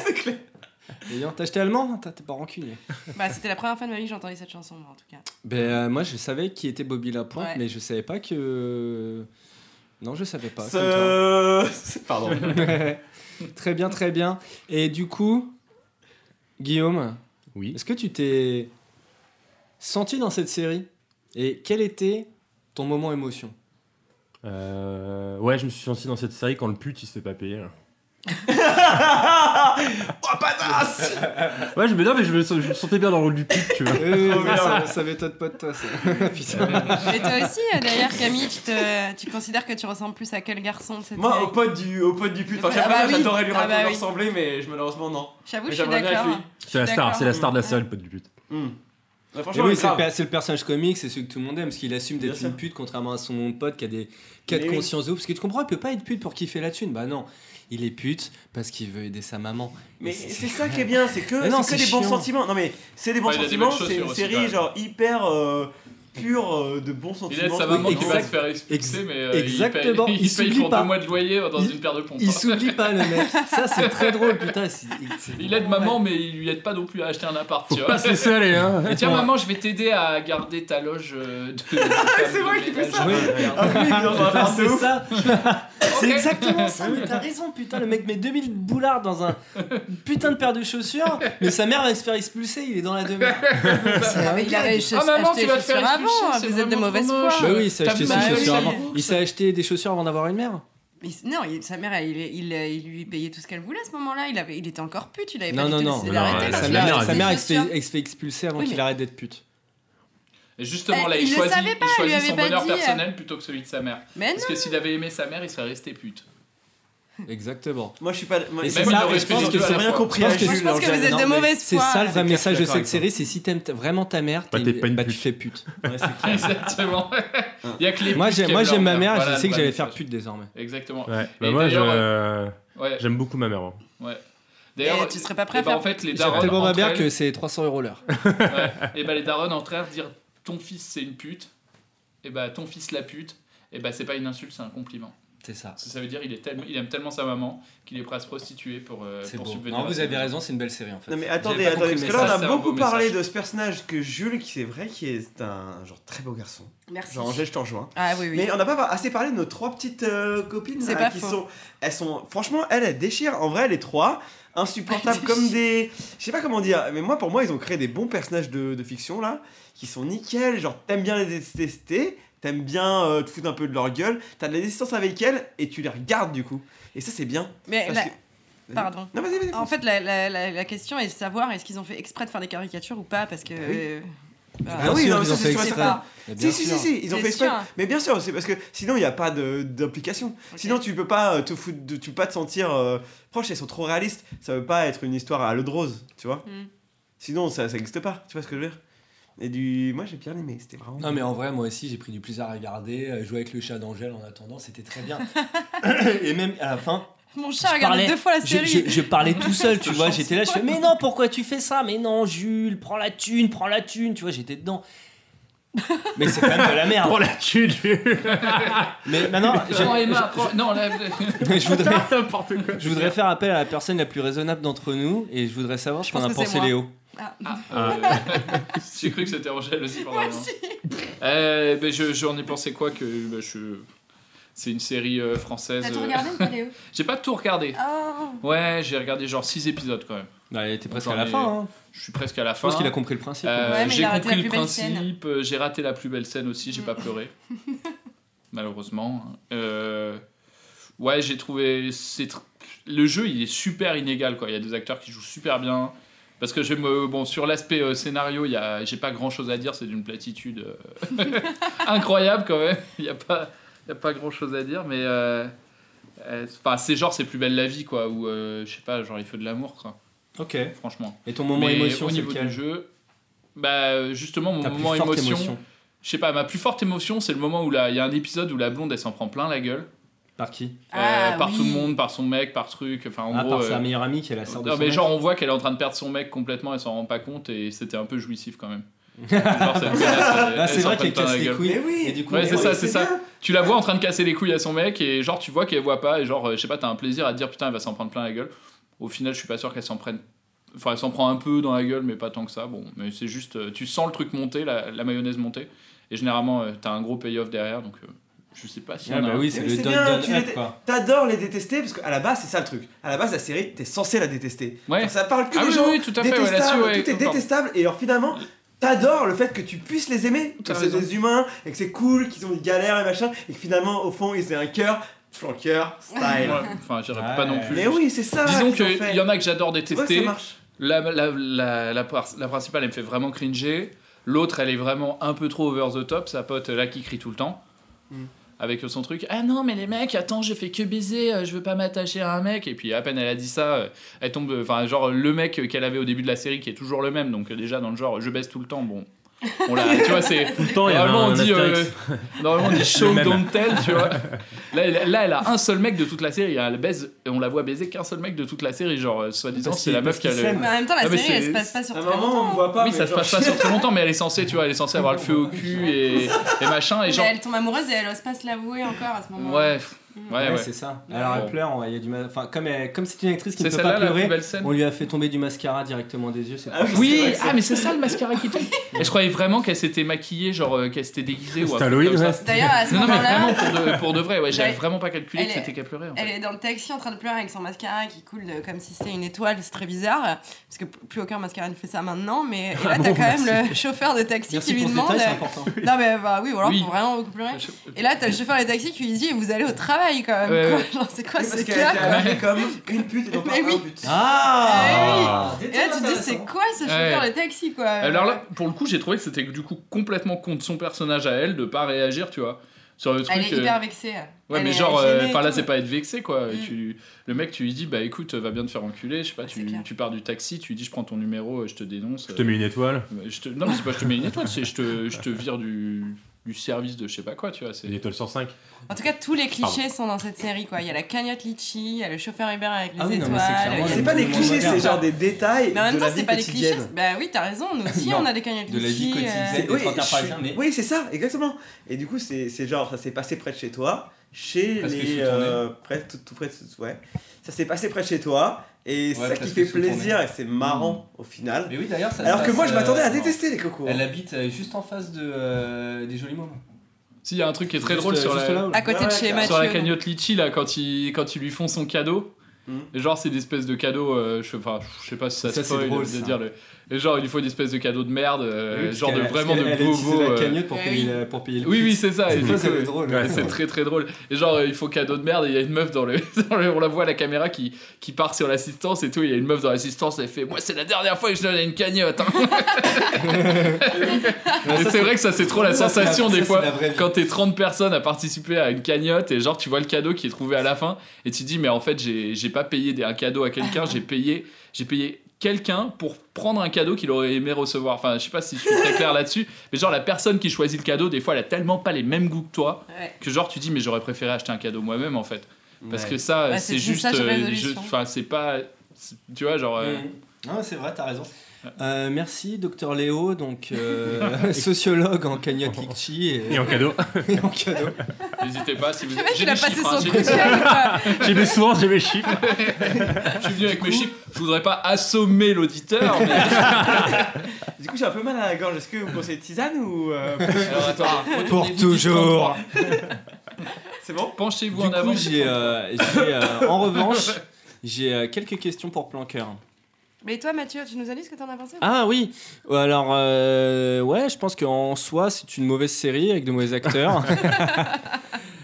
S2: C'est clair.
S1: Ayant, t'as acheté allemand T'as- T'es pas rancunier.
S4: Bah, c'était la première fois de ma vie que j'entendais cette chanson, moi, en tout cas.
S1: Ben euh, moi je savais qui était Bobby Lapointe,
S4: Ouais.
S1: mais je savais pas que. Non, je savais pas. comme toi.
S2: Ce- Pardon.
S1: très bien, très bien. Et du coup, Guillaume,
S3: Oui.
S1: est-ce que tu t'es senti dans cette série Et quel était ton moment émotion
S3: Euh, ouais, je me suis senti dans cette série quand le pute il se fait pas payer. hein. là.
S2: Oh, panasse
S3: Ouais, je me, non, mais je me, je me sentais bien dans le rôle du pute, tu vois.
S2: Euh,
S1: ça, ça m'étonne pas de toi, ça. Putain.
S4: Et toi aussi, euh, d'ailleurs, Camille, tu, te- tu considères que tu ressembles plus à quel garçon de cette
S2: Moi, oh,
S4: série
S2: au pote du, au pote du pute, enfin,
S4: Ah
S2: j'aimerais-
S4: bah oui.
S2: j'adorais lui
S4: Ah bah
S2: raconter
S4: oui.
S2: ressembler, mais je, malheureusement, non.
S4: J'avoue,
S2: Mais
S4: je suis
S2: j'aimerais bien être
S4: d'accord.
S2: lui.
S3: C'est la star, c'est la star de la série, le pote du pute.
S2: Hmm. Ouais,
S1: Et
S2: franchement,
S1: oui,
S2: grave.
S1: c'est le, per- c'est le personnage comique, c'est celui que tout le monde aime, parce qu'il assume d'être
S2: Bien
S1: une
S2: sûr.
S1: pute, contrairement à son pote qui a des cas de
S2: Mais oui.
S1: conscience de ouf. Parce que tu comprends, il peut pas être pute pour kiffer la thune. Bah non, il est pute parce qu'il veut aider sa maman.
S2: Mais
S1: Et
S2: c'est ça qui est bien, c'est que
S1: Mais non,
S2: c'est que
S1: c'est
S2: des bons
S1: chiant.
S2: sentiments. Non mais c'est des bons
S5: Ouais, il a des
S2: sentiments,
S5: belles
S2: c'est
S5: chaussures
S2: une
S5: aussi,
S2: série
S5: quand même.
S2: genre hyper euh, pure euh, de bons
S5: Il
S2: sentiments.
S5: aide sa maman
S1: Oui,
S5: qui va
S1: exact.
S5: se faire expulser,
S1: Ex-
S5: mais euh, il
S1: exactement.
S5: paye-
S1: Il
S5: il paye,
S1: s'oublie
S5: pour
S1: pas.
S5: deux mois de loyer dans
S1: Il-
S5: une paire de pompes.
S1: Il
S5: hein.
S1: s'oublie pas, le mec. Ça, c'est très drôle, putain. c'est- c'est-
S5: Il aide maman, mais il lui aide pas non plus à acheter un appart.
S3: Faut
S5: tu
S3: pas
S5: vois.
S3: se laisser aller, hein.
S5: Et tiens, maman, je vais t'aider à garder ta loge euh, de. c'est
S2: vrai qu'il fait ça.
S1: Oui.
S2: Ah oui, bien,
S1: Putain,
S2: enfin, de
S1: c'est
S2: ouf.
S1: ça. C'est
S5: Ok.
S1: exactement ça, mais t'as raison, putain, le mec met 2000 boulards dans un putain de paire de chaussures, mais sa mère va se faire expulser, il est dans la demeure.
S4: Ah, mais il a réussi à
S5: Ah, maman,
S4: acheter
S5: tu vas
S4: les
S5: te faire
S4: chaussures
S5: expulser,
S4: avant,
S5: c'est
S4: vous êtes de
S5: vraiment
S4: mauvaise
S5: trop
S4: foi.
S5: moche.
S1: Bah oui, il s'est
S5: Ah, T'as
S1: acheté
S5: vu
S1: ses
S4: ma
S1: chaussures
S4: gueule
S1: avant. Il s'est acheté des chaussures avant d'avoir une mère
S4: Mais c'est- non, il- sa mère, elle- il, il, il lui payait tout ce qu'elle voulait à ce moment-là. Il, avait, il était encore pute, il avait
S1: Non,
S4: pas
S1: non,
S4: du tout
S1: non.
S4: décidé
S3: Non,
S4: d'arrêter
S3: ouais,
S4: parce
S1: Sa
S3: sa
S4: qu'il
S1: mère,
S4: avait
S3: mère,
S1: sa
S4: ses
S1: mère, elle se
S4: chaussures.
S1: fait, elle se fait expulser avant
S4: Oui,
S1: qu'il
S4: mais-
S1: arrête d'être pute.
S5: Et justement, là,
S4: Eh,
S5: il,
S4: il le
S5: choisit,
S4: savait pas, il
S5: il
S4: lui
S5: choisit
S4: avait
S5: son
S4: pas
S5: bonheur
S4: dit, euh.
S5: personnel plutôt que celui de sa mère.
S4: Mais non,
S5: Parce que s'il avait aimé sa mère, il serait resté pute.
S1: Exactement.
S2: Moi je suis pas. Moi,
S1: Et
S5: c'est
S2: même
S5: ça,
S2: il aurait
S5: je
S2: fait
S5: pense
S2: des-
S5: que
S2: j'aurais
S5: c'est-
S2: rien compris.
S1: je
S2: à
S1: pense que
S2: Jules,
S4: je pense
S2: en
S4: que
S2: fait.
S4: vous êtes de
S1: Non, mais
S4: mauvaise
S1: C'est
S4: foi.
S1: ça le vrai
S3: C'est
S1: message de
S3: clair,
S1: cette
S3: je suis
S1: série, c'est si t'aimes t- vraiment ta mère,
S3: Bah,
S1: t'es-
S3: t'es pas une
S1: bah, tu
S3: pute.
S1: fais pute.
S2: Ouais, c'est clair.
S5: Exactement. Il y a que les
S1: Moi
S5: putes qui
S1: j'aime moi,
S5: aiment leur
S1: j'aime ma mère,
S5: Voilà
S1: je sais
S5: le
S1: que
S5: vrai
S1: j'allais faire
S5: message.
S1: pute désormais.
S5: Exactement.
S3: Ouais,
S5: Et
S3: bah moi, je-
S5: d'ailleurs,
S3: euh,
S5: Ouais.
S3: j'aime beaucoup ma mère. hein.
S4: Et
S5: D'ailleurs,
S4: tu serais pas prêt
S5: eh
S4: à
S5: ben, en
S4: faire.
S5: fait, les
S1: J'aime
S5: darons.
S1: tellement ma
S5: entre
S1: mère
S5: elles-
S1: que c'est 300 euros l'heure.
S5: Ouais. Et bah les darons entre elles dire ton fils c'est une pute, et bah ton fils la pute, et bah c'est pas une insulte, c'est un compliment.
S1: C'est ça.
S5: Parce que ça veut dire il, est tellement- il aime tellement sa maman qu'il est prêt à se prostituer pour, euh,
S1: C'est
S5: pour
S1: beau.
S5: subvenir.
S1: Non,
S5: à
S1: vous
S5: ses
S1: avez
S5: besoins.
S1: raison, c'est une belle série en fait.
S2: Non mais attendez,
S5: J'avais pas
S2: attendez,
S5: compris
S2: parce
S5: le
S2: que là
S5: message,
S2: on
S5: c'est
S2: a
S5: un
S2: beaucoup
S5: beau
S2: parlé
S5: message.
S2: de ce personnage que Jules, qui c'est vrai, qui est un genre très beau garçon.
S4: Merci.
S2: Genre Angèle, je t'en joins.
S4: Ah oui, oui.
S2: Mais euh, on n'a pas assez parlé de nos trois petites euh, copines
S4: C'est
S2: là,
S4: pas
S2: qui
S4: faux.
S2: sont. Elles sont. Franchement, elles, elles déchirent. En vrai, les trois, insupportables
S4: Elles
S2: comme des. Je sais pas comment dire, mais moi, pour moi, ils ont créé des bons personnages de, de fiction là, qui sont nickel. Genre, t'aimes bien les détester, t'aimes bien euh, te foutre un peu de leur gueule, t'as de la distance avec elles et tu les regardes du coup. Et ça, c'est bien.
S4: Mais
S2: parce
S4: la-
S2: que-
S4: Eh ben, Pardon.
S2: Non, vas-y, vas-y.
S4: En fait, la, la, la, la question est de savoir est-ce qu'ils ont fait exprès de faire des caricatures ou pas Parce que. euh, bah,
S1: Bien
S2: Ah oui,
S1: sûr,
S2: non, mais
S1: ils
S2: ça,
S1: ont fait
S2: c'est
S4: c'est
S2: exprès.
S4: pas.
S1: Mais bien
S2: Si, si,
S1: sûr.
S2: si, si, ils ont
S4: C'est
S2: fait exprès.
S4: sûr.
S2: Mais bien sûr, c'est parce que sinon il n'y a pas de- d'implication. Sinon tu peux pas euh, te foutre, de- tu peux pas te sentir euh, proche, elles sont trop réalistes. Ça veut pas être une histoire à l'eau de rose, tu vois.
S4: Mm.
S2: Sinon ça ça n'existe pas, tu vois ce que je veux dire. Et du. Moi j'ai bien aimé, c'était vraiment.
S1: Non mais en vrai moi aussi j'ai pris du plaisir à regarder, euh, jouer avec le chat d'Angèle en attendant, c'était très bien. Et même à la fin,
S4: Mon
S1: Je
S4: chat a regardé
S1: parlais-
S4: deux fois la
S1: je,
S4: série.
S1: je- je parlais tout seul, tu vois, j'étais là, je fais mais non pourquoi tu fais ça Mais non Jules, prends la thune, prends la thune, tu vois, j'étais dedans. Mais c'est quand même de la merde.
S3: Oh la thune
S1: Mais maintenant,
S5: Prends
S1: je,
S5: Emma, prends- oh, Non, la...
S1: je voudrais,
S3: N'importe quoi.
S1: je voudrais faire appel à la personne la plus raisonnable d'entre nous et je voudrais savoir ce
S4: Je
S1: qu'en
S4: pense
S1: a
S4: que c'est
S1: pensé
S4: moi.
S1: Léo.
S5: Ah,
S3: Ah.
S5: euh, J'ai cru que c'était Angèle aussi pendant un moment.
S4: Merci.
S5: Euh, ben, je- J'en ai pensé quoi que bah, je... c'est une série euh, française.
S4: T'as tout
S5: euh,
S4: regardé une vidéo
S5: J'ai pas tout regardé.
S4: Oh
S5: Ouais, j'ai regardé genre 6 épisodes quand même.
S1: Bah, il était presque
S5: J'en
S1: à la
S5: ai-
S1: fin. hein.
S5: Je suis presque à la
S1: Je
S5: fin.
S1: pense qu'il a compris le principe. hein.
S5: Euh,
S4: Ouais, mais
S5: j'ai
S4: il a raté
S5: compris
S4: la
S5: le
S4: plus belle scène.
S5: principe, euh, j'ai raté la plus belle scène aussi, j'ai
S4: Mm.
S5: pas pleuré. Malheureusement. Euh, ouais, j'ai trouvé. c'est tr- Le jeu, il est super inégal, quoi. Il y a des acteurs qui jouent super bien. Parce que je me. Bon, sur l'aspect euh, scénario, il y a... j'ai pas grand chose à dire, c'est d'une platitude euh, incroyable, quand même. Il y a pas. Il y a pas grand chose à dire, mais. euh, euh, c'est- Enfin, c'est genre, c'est plus belle la vie, quoi. Ou, euh, je sais pas, genre, il faut de l'amour, quoi.
S1: Ok.
S5: Franchement.
S1: Et ton moment
S5: Mais
S1: émotion,
S5: au
S1: c'est
S5: niveau
S1: lequel
S5: du jeu, bah euh, justement mon
S1: Ta plus
S5: moment
S1: forte
S5: émotion,
S1: émotion.
S5: je sais pas, ma plus forte émotion, c'est le moment où la- il y a un épisode où la blonde elle s'en prend plein la gueule
S1: Par qui
S5: Euh, par tout le monde, par son mec, par truc, enfin en
S1: Ah,
S5: gros.
S1: par
S5: euh,
S1: sa meilleure amie qui est la sœur de
S5: non
S1: son
S5: mais
S1: mec.
S5: genre on voit qu'elle est en train de perdre son mec complètement, elle s'en rend pas compte et c'était un peu jouissif quand même. Genre, cette menace, elle-
S1: Ah,
S5: elle
S1: c'est
S5: s'en
S1: vrai
S5: prenne
S1: qu'elle
S5: plein la
S1: casse les
S5: gueule.
S1: couilles.
S2: Mais oui.
S1: Et du coup,
S5: Ouais,
S1: mais
S5: c'est
S1: oui,
S5: ça, c'est ça.
S2: bien.
S5: Tu la vois en train de casser les couilles à son mec et genre tu vois qu'elle voit pas et genre euh, je sais pas t'as un plaisir à te dire putain elle va s'en prendre plein la gueule. Au final je suis pas sûr qu'elle s'en prenne. Enfin elle s'en prend un peu dans la gueule mais pas tant que ça. Bon mais c'est juste euh, tu sens le truc monter, la, la mayonnaise monter et généralement euh, t'as un gros payoff derrière donc euh, Je sais pas si
S1: Ah
S5: on a.
S1: bah oui, c'est
S2: Mais
S1: le
S2: c'est
S1: Don
S2: bien,
S1: Don
S2: tu
S1: Up,
S2: l'étais-
S1: quoi.
S2: T'adores les détester parce qu'à la base, c'est ça le truc. À la base, la série, t'es censé la détester.
S5: Ouais.
S2: Genre, ça parle que
S5: Ah
S2: des
S5: oui,
S2: gens
S5: oui, tout à fait, ouais,
S2: détestables,
S5: là-dessus, ouais,
S2: tout est
S5: conforme.
S2: détestable. Et alors finalement, t'adores le fait que tu puisses les aimer.
S5: T'as
S2: Que c'est
S5: raison.
S2: des humains et que c'est cool, qu'ils ont une galère et machin. Et que finalement, au fond, ils aient un cœur, flanqueur, style.
S5: Ouais, Enfin, j'irais pas non plus.
S2: Mais oui, c'est ça.
S5: Disons
S2: qu'ils ont
S5: qu'il
S2: fait.
S5: y en a que j'adore
S2: C'est vrai que
S5: détester.
S2: ça marche.
S5: La, la, la, la, par- la principale, elle me fait vraiment cringer. L'autre, elle est vraiment un peu trop over the top, sa pote là qui crie tout le temps.
S2: Mm.
S5: Avec son truc, ah non, mais les mecs, attends, j'ai fait que baiser, euh, je veux pas m'attacher à un mec. Et puis à peine elle a dit ça, euh, elle tombe, euh, enfin, genre le mec euh, qu'elle avait au début de la série qui est toujours le même, donc euh, déjà dans le genre, je baisse tout le temps, bon. On l'a, tu vois, c'est.
S3: Tout le temps, il y a
S5: Normalement,
S3: un,
S5: on dit,
S3: Astérix.
S5: euh, normalement, on dit show
S3: même.
S5: don't tell, tu vois. Là, elle- là, elle a un seul mec de toute la série, hein. elle baise, et on la voit baiser qu'un seul mec de toute la série, genre, euh, soi-disant,
S1: Parce
S5: c'est la
S1: qu'il-
S5: meuf
S1: parce qu'il
S5: qu'elle.
S1: s'aime.
S4: Mais en même temps, la
S5: Ah, mais
S4: série, elle
S5: c'est-
S4: se passe pas sur
S2: À un
S4: très
S2: moment, on
S4: longtemps.
S2: voit pas.
S5: Oui,
S2: mais
S5: ça se
S2: genre,
S5: passe pas sur très longtemps, mais elle est censée, tu vois, elle est censée avoir le feu au cul et, et machin, et
S4: Mais
S5: genre.
S4: elle tombe amoureuse et elle ose pas se l'avouer encore à ce moment-là.
S5: Ouais, ouais, ouais.
S1: c'est ça. Alors elle
S5: Bon.
S1: pleure, on- il y a du ma- enfin comme elle- comme c'est une actrice qui ne
S5: C'est
S1: peut pas
S5: celle-là la plus
S1: pleurer,
S5: belle
S1: on
S5: scène.
S1: lui a fait tomber du mascara directement des yeux. c'est
S2: Ah
S1: pas-
S2: c'est
S5: Oui,
S2: vrai que
S5: ah, mais c'est ça le mascara qui tombe. Et je croyais vraiment qu'elle s'était maquillée, genre euh, qu'elle s'était déguisée ou un
S3: C'est
S5: truc
S3: Halloween,
S5: comme ça.
S3: ouais.
S4: D'ailleurs, à ce
S5: Non, non, mais
S4: moment-là,
S5: vraiment pour de, pour de vrai, ouais, j'avais
S4: Elle-
S5: vraiment pas calculé que
S4: elle est-
S5: c'était qu'elle pleurait. en fait.
S4: Elle est dans le taxi en train de pleurer avec son mascara qui coule de- comme si c'était une étoile, c'est très bizarre. Parce que plus aucun mascara ne fait ça maintenant, mais et là
S1: Ah
S4: t'as
S1: bon,
S4: quand même
S1: merci.
S4: le chauffeur de taxi
S1: Merci
S4: qui lui
S1: pour ce
S4: demande.
S1: détail, c'est important.
S4: non mais bah oui, ou alors
S5: Oui.
S4: faut vraiment beaucoup pleurer. Et là t'as le chauffeur de taxi qui lui dit vous allez au travail quand même.
S5: Ouais,
S4: quoi.
S5: ouais.
S4: Genre, c'est quoi
S2: Oui,
S4: ce
S2: parce qu'elle a été
S4: gars
S2: habillée comme une pute et non pas
S4: Mais oui.
S2: un but.
S1: Ah.
S4: Et là tu te dis c'est quoi ce chauffeur de taxi quoi.
S5: Alors là, pour le coup, j'ai trouvé que c'était du coup complètement contre son personnage à elle de pas réagir, tu vois. Sur le truc.
S4: elle est
S5: euh,
S4: hyper vexée.
S5: Ouais,
S4: Elle
S5: mais
S4: est
S5: genre,
S4: gênée
S5: euh,
S4: et
S5: enfin là,
S4: tout.
S5: c'est pas être vexé quoi. Et
S4: Mm.
S5: Tu, le mec, tu lui dis, bah écoute, va bien te faire enculer, je sais pas,
S4: Ouais,
S5: tu,
S4: c'est clair.
S5: tu pars du taxi, tu lui dis, je prends ton numéro, euh, je te dénonce.
S3: Je te mets une étoile.
S5: euh, je te- Non, mais c'est pas je te mets une étoile, c'est je te, je te vire du, du service de je sais pas quoi, tu vois.
S3: C'est
S1: Mm.
S3: une
S5: C'est...
S3: étoile sur 5.
S4: En tout cas, tous les clichés sont dans cette série quoi. Il y a la cagnotte litchi, il y a le chauffeur Uber avec les
S1: Ah oui, non,
S4: étoiles.
S1: mais c'est
S4: il y a-
S1: clairement
S2: C'est pas des clichés, c'est genre des détails.
S4: Mais en même
S2: de
S4: temps,
S2: la
S4: c'est
S2: vie
S4: pas des clichés.
S2: quotidienne.
S4: Bah oui, t'as raison, nous aussi
S1: Non,
S4: on a des cagnottes
S1: de la vie
S4: clichés, euh,
S1: quotidienne.
S2: Oui,
S1: Des trente heures par
S2: je-
S1: exemple, mais-
S2: oui, c'est ça, exactement. Et du coup, c'est c'est genre, ça s'est passé près de chez toi, chez
S5: Presque
S2: les.
S5: sous-tourné.
S2: euh, près, tout, tout près de. Ouais. Ça s'est passé près de chez toi, et c'est ça qui
S1: presque
S2: fait
S1: sous-tourné.
S2: plaisir, et c'est marrant au final.
S1: Mais oui d'ailleurs Mm. ça. se
S2: Alors que
S1: passe,
S2: moi, je m'attendais à
S1: euh,
S2: détester les cocos.
S1: Elle habite euh, juste en face de euh, des jolis moments.
S5: S'il y a un truc qui est très
S1: Juste,
S5: drôle
S1: euh,
S5: sur
S1: juste
S5: la.
S1: là, ouais.
S4: à côté
S2: Ouais,
S4: de chez
S2: ouais,
S4: Mathieu. Mm.
S5: Sur la cagnotte Litchi, là, quand ils, quand ils lui font son cadeau,
S2: Mhm.
S5: et genre c'est des espèces de cadeaux, euh, je, sais pas- je sais pas si ça,
S1: Ça, c'est
S5: spoil,
S1: drôle,
S5: de
S1: ça.
S5: dire le- et genre il lui faut une espèce de cadeau de merde, euh,
S1: Oui, parce
S5: genre de
S1: qu'elle-
S5: vraiment de
S1: parce qu'elle- elle a utilisé
S5: bobo.
S1: la
S5: euh,
S1: cagnotte pour
S4: Ouais,
S1: payer
S4: Ah oui.
S1: le- pour payer le.
S5: Oui,
S1: pit.
S5: oui, c'est ça. et
S1: Cette
S5: du
S1: fois,
S5: coup,
S1: ça va être drôle.
S5: Ouais, c'est très très drôle. Et genre, euh, il faut cadeau de merde, et il y a une meuf dans le. dans le- on la voit à la caméra qui, qui part sur l'assistance et tout. Il y a une meuf dans l'assistance, elle fait Moi, c'est la dernière fois que je donne à une cagnotte. hein.
S1: Ouais,
S5: Et
S1: ça,
S5: c'est vrai que ça, c'est trop la
S1: ça, c'est la-
S5: sensation
S1: ça,
S5: des
S1: c'est
S5: fois.
S1: la vraie vie.
S5: Quand t'es 30 personnes à participer à une cagnotte et genre, tu vois le cadeau qui est trouvé à la fin et tu dis Mais en fait, j'ai j'ai pas payé des- un cadeau à quelqu'un, j'ai payé. J'ai payé quelqu'un pour prendre un cadeau qu'il aurait aimé recevoir. Enfin, je sais pas si je suis très clair là-dessus, mais genre la personne qui choisit le cadeau, des fois, elle a tellement pas les mêmes goûts que toi
S4: Ouais.
S5: que genre tu dis mais j'aurais préféré acheter un cadeau moi-même en fait
S2: hein.
S5: parce
S1: Ouais.
S5: que ça
S4: Bah,
S5: c'est
S4: c'est
S5: juste
S4: une sage
S5: euh,
S4: résolution.
S5: je- enfin c'est pas c'est- tu vois genre euh,
S1: Mmh. Non, c'est vrai, t'as raison. Euh, merci, docteur Léo, donc euh, sociologue en cagnotte Litchi et,
S3: Et en cadeau.
S1: et en cadeau.
S5: n'hésitez pas si vous
S4: Le mec,
S5: j'ai
S4: il
S5: des
S4: a passé
S5: chiffres,
S4: son
S5: hein, j'ai
S4: coup
S5: des-
S4: de gueule, quoi.
S3: j'ai mes sources, j'ai mes chiffres.
S5: je suis venu avec mes chiffres je voudrais pas assommer l'auditeur mais
S2: Du coup, j'ai un peu mal à la gorge. Est-ce que vous conseillez tisane ou. euh,
S5: Alors, attends, retournez-vous
S1: Pour
S5: dix,
S1: toujours.
S5: 33.
S2: C'est bon
S5: penchez-vous
S1: Du
S5: en avant
S1: coup, j'ai, euh, j'ai, euh, en revanche, j'ai euh, quelques questions pour Planqueur.
S4: Mais toi, Mathieu, tu nous as dit ce que t'en as pensé
S1: Ah oui, alors euh, ouais, je pense qu'en soi c'est une mauvaise série avec de mauvais acteurs,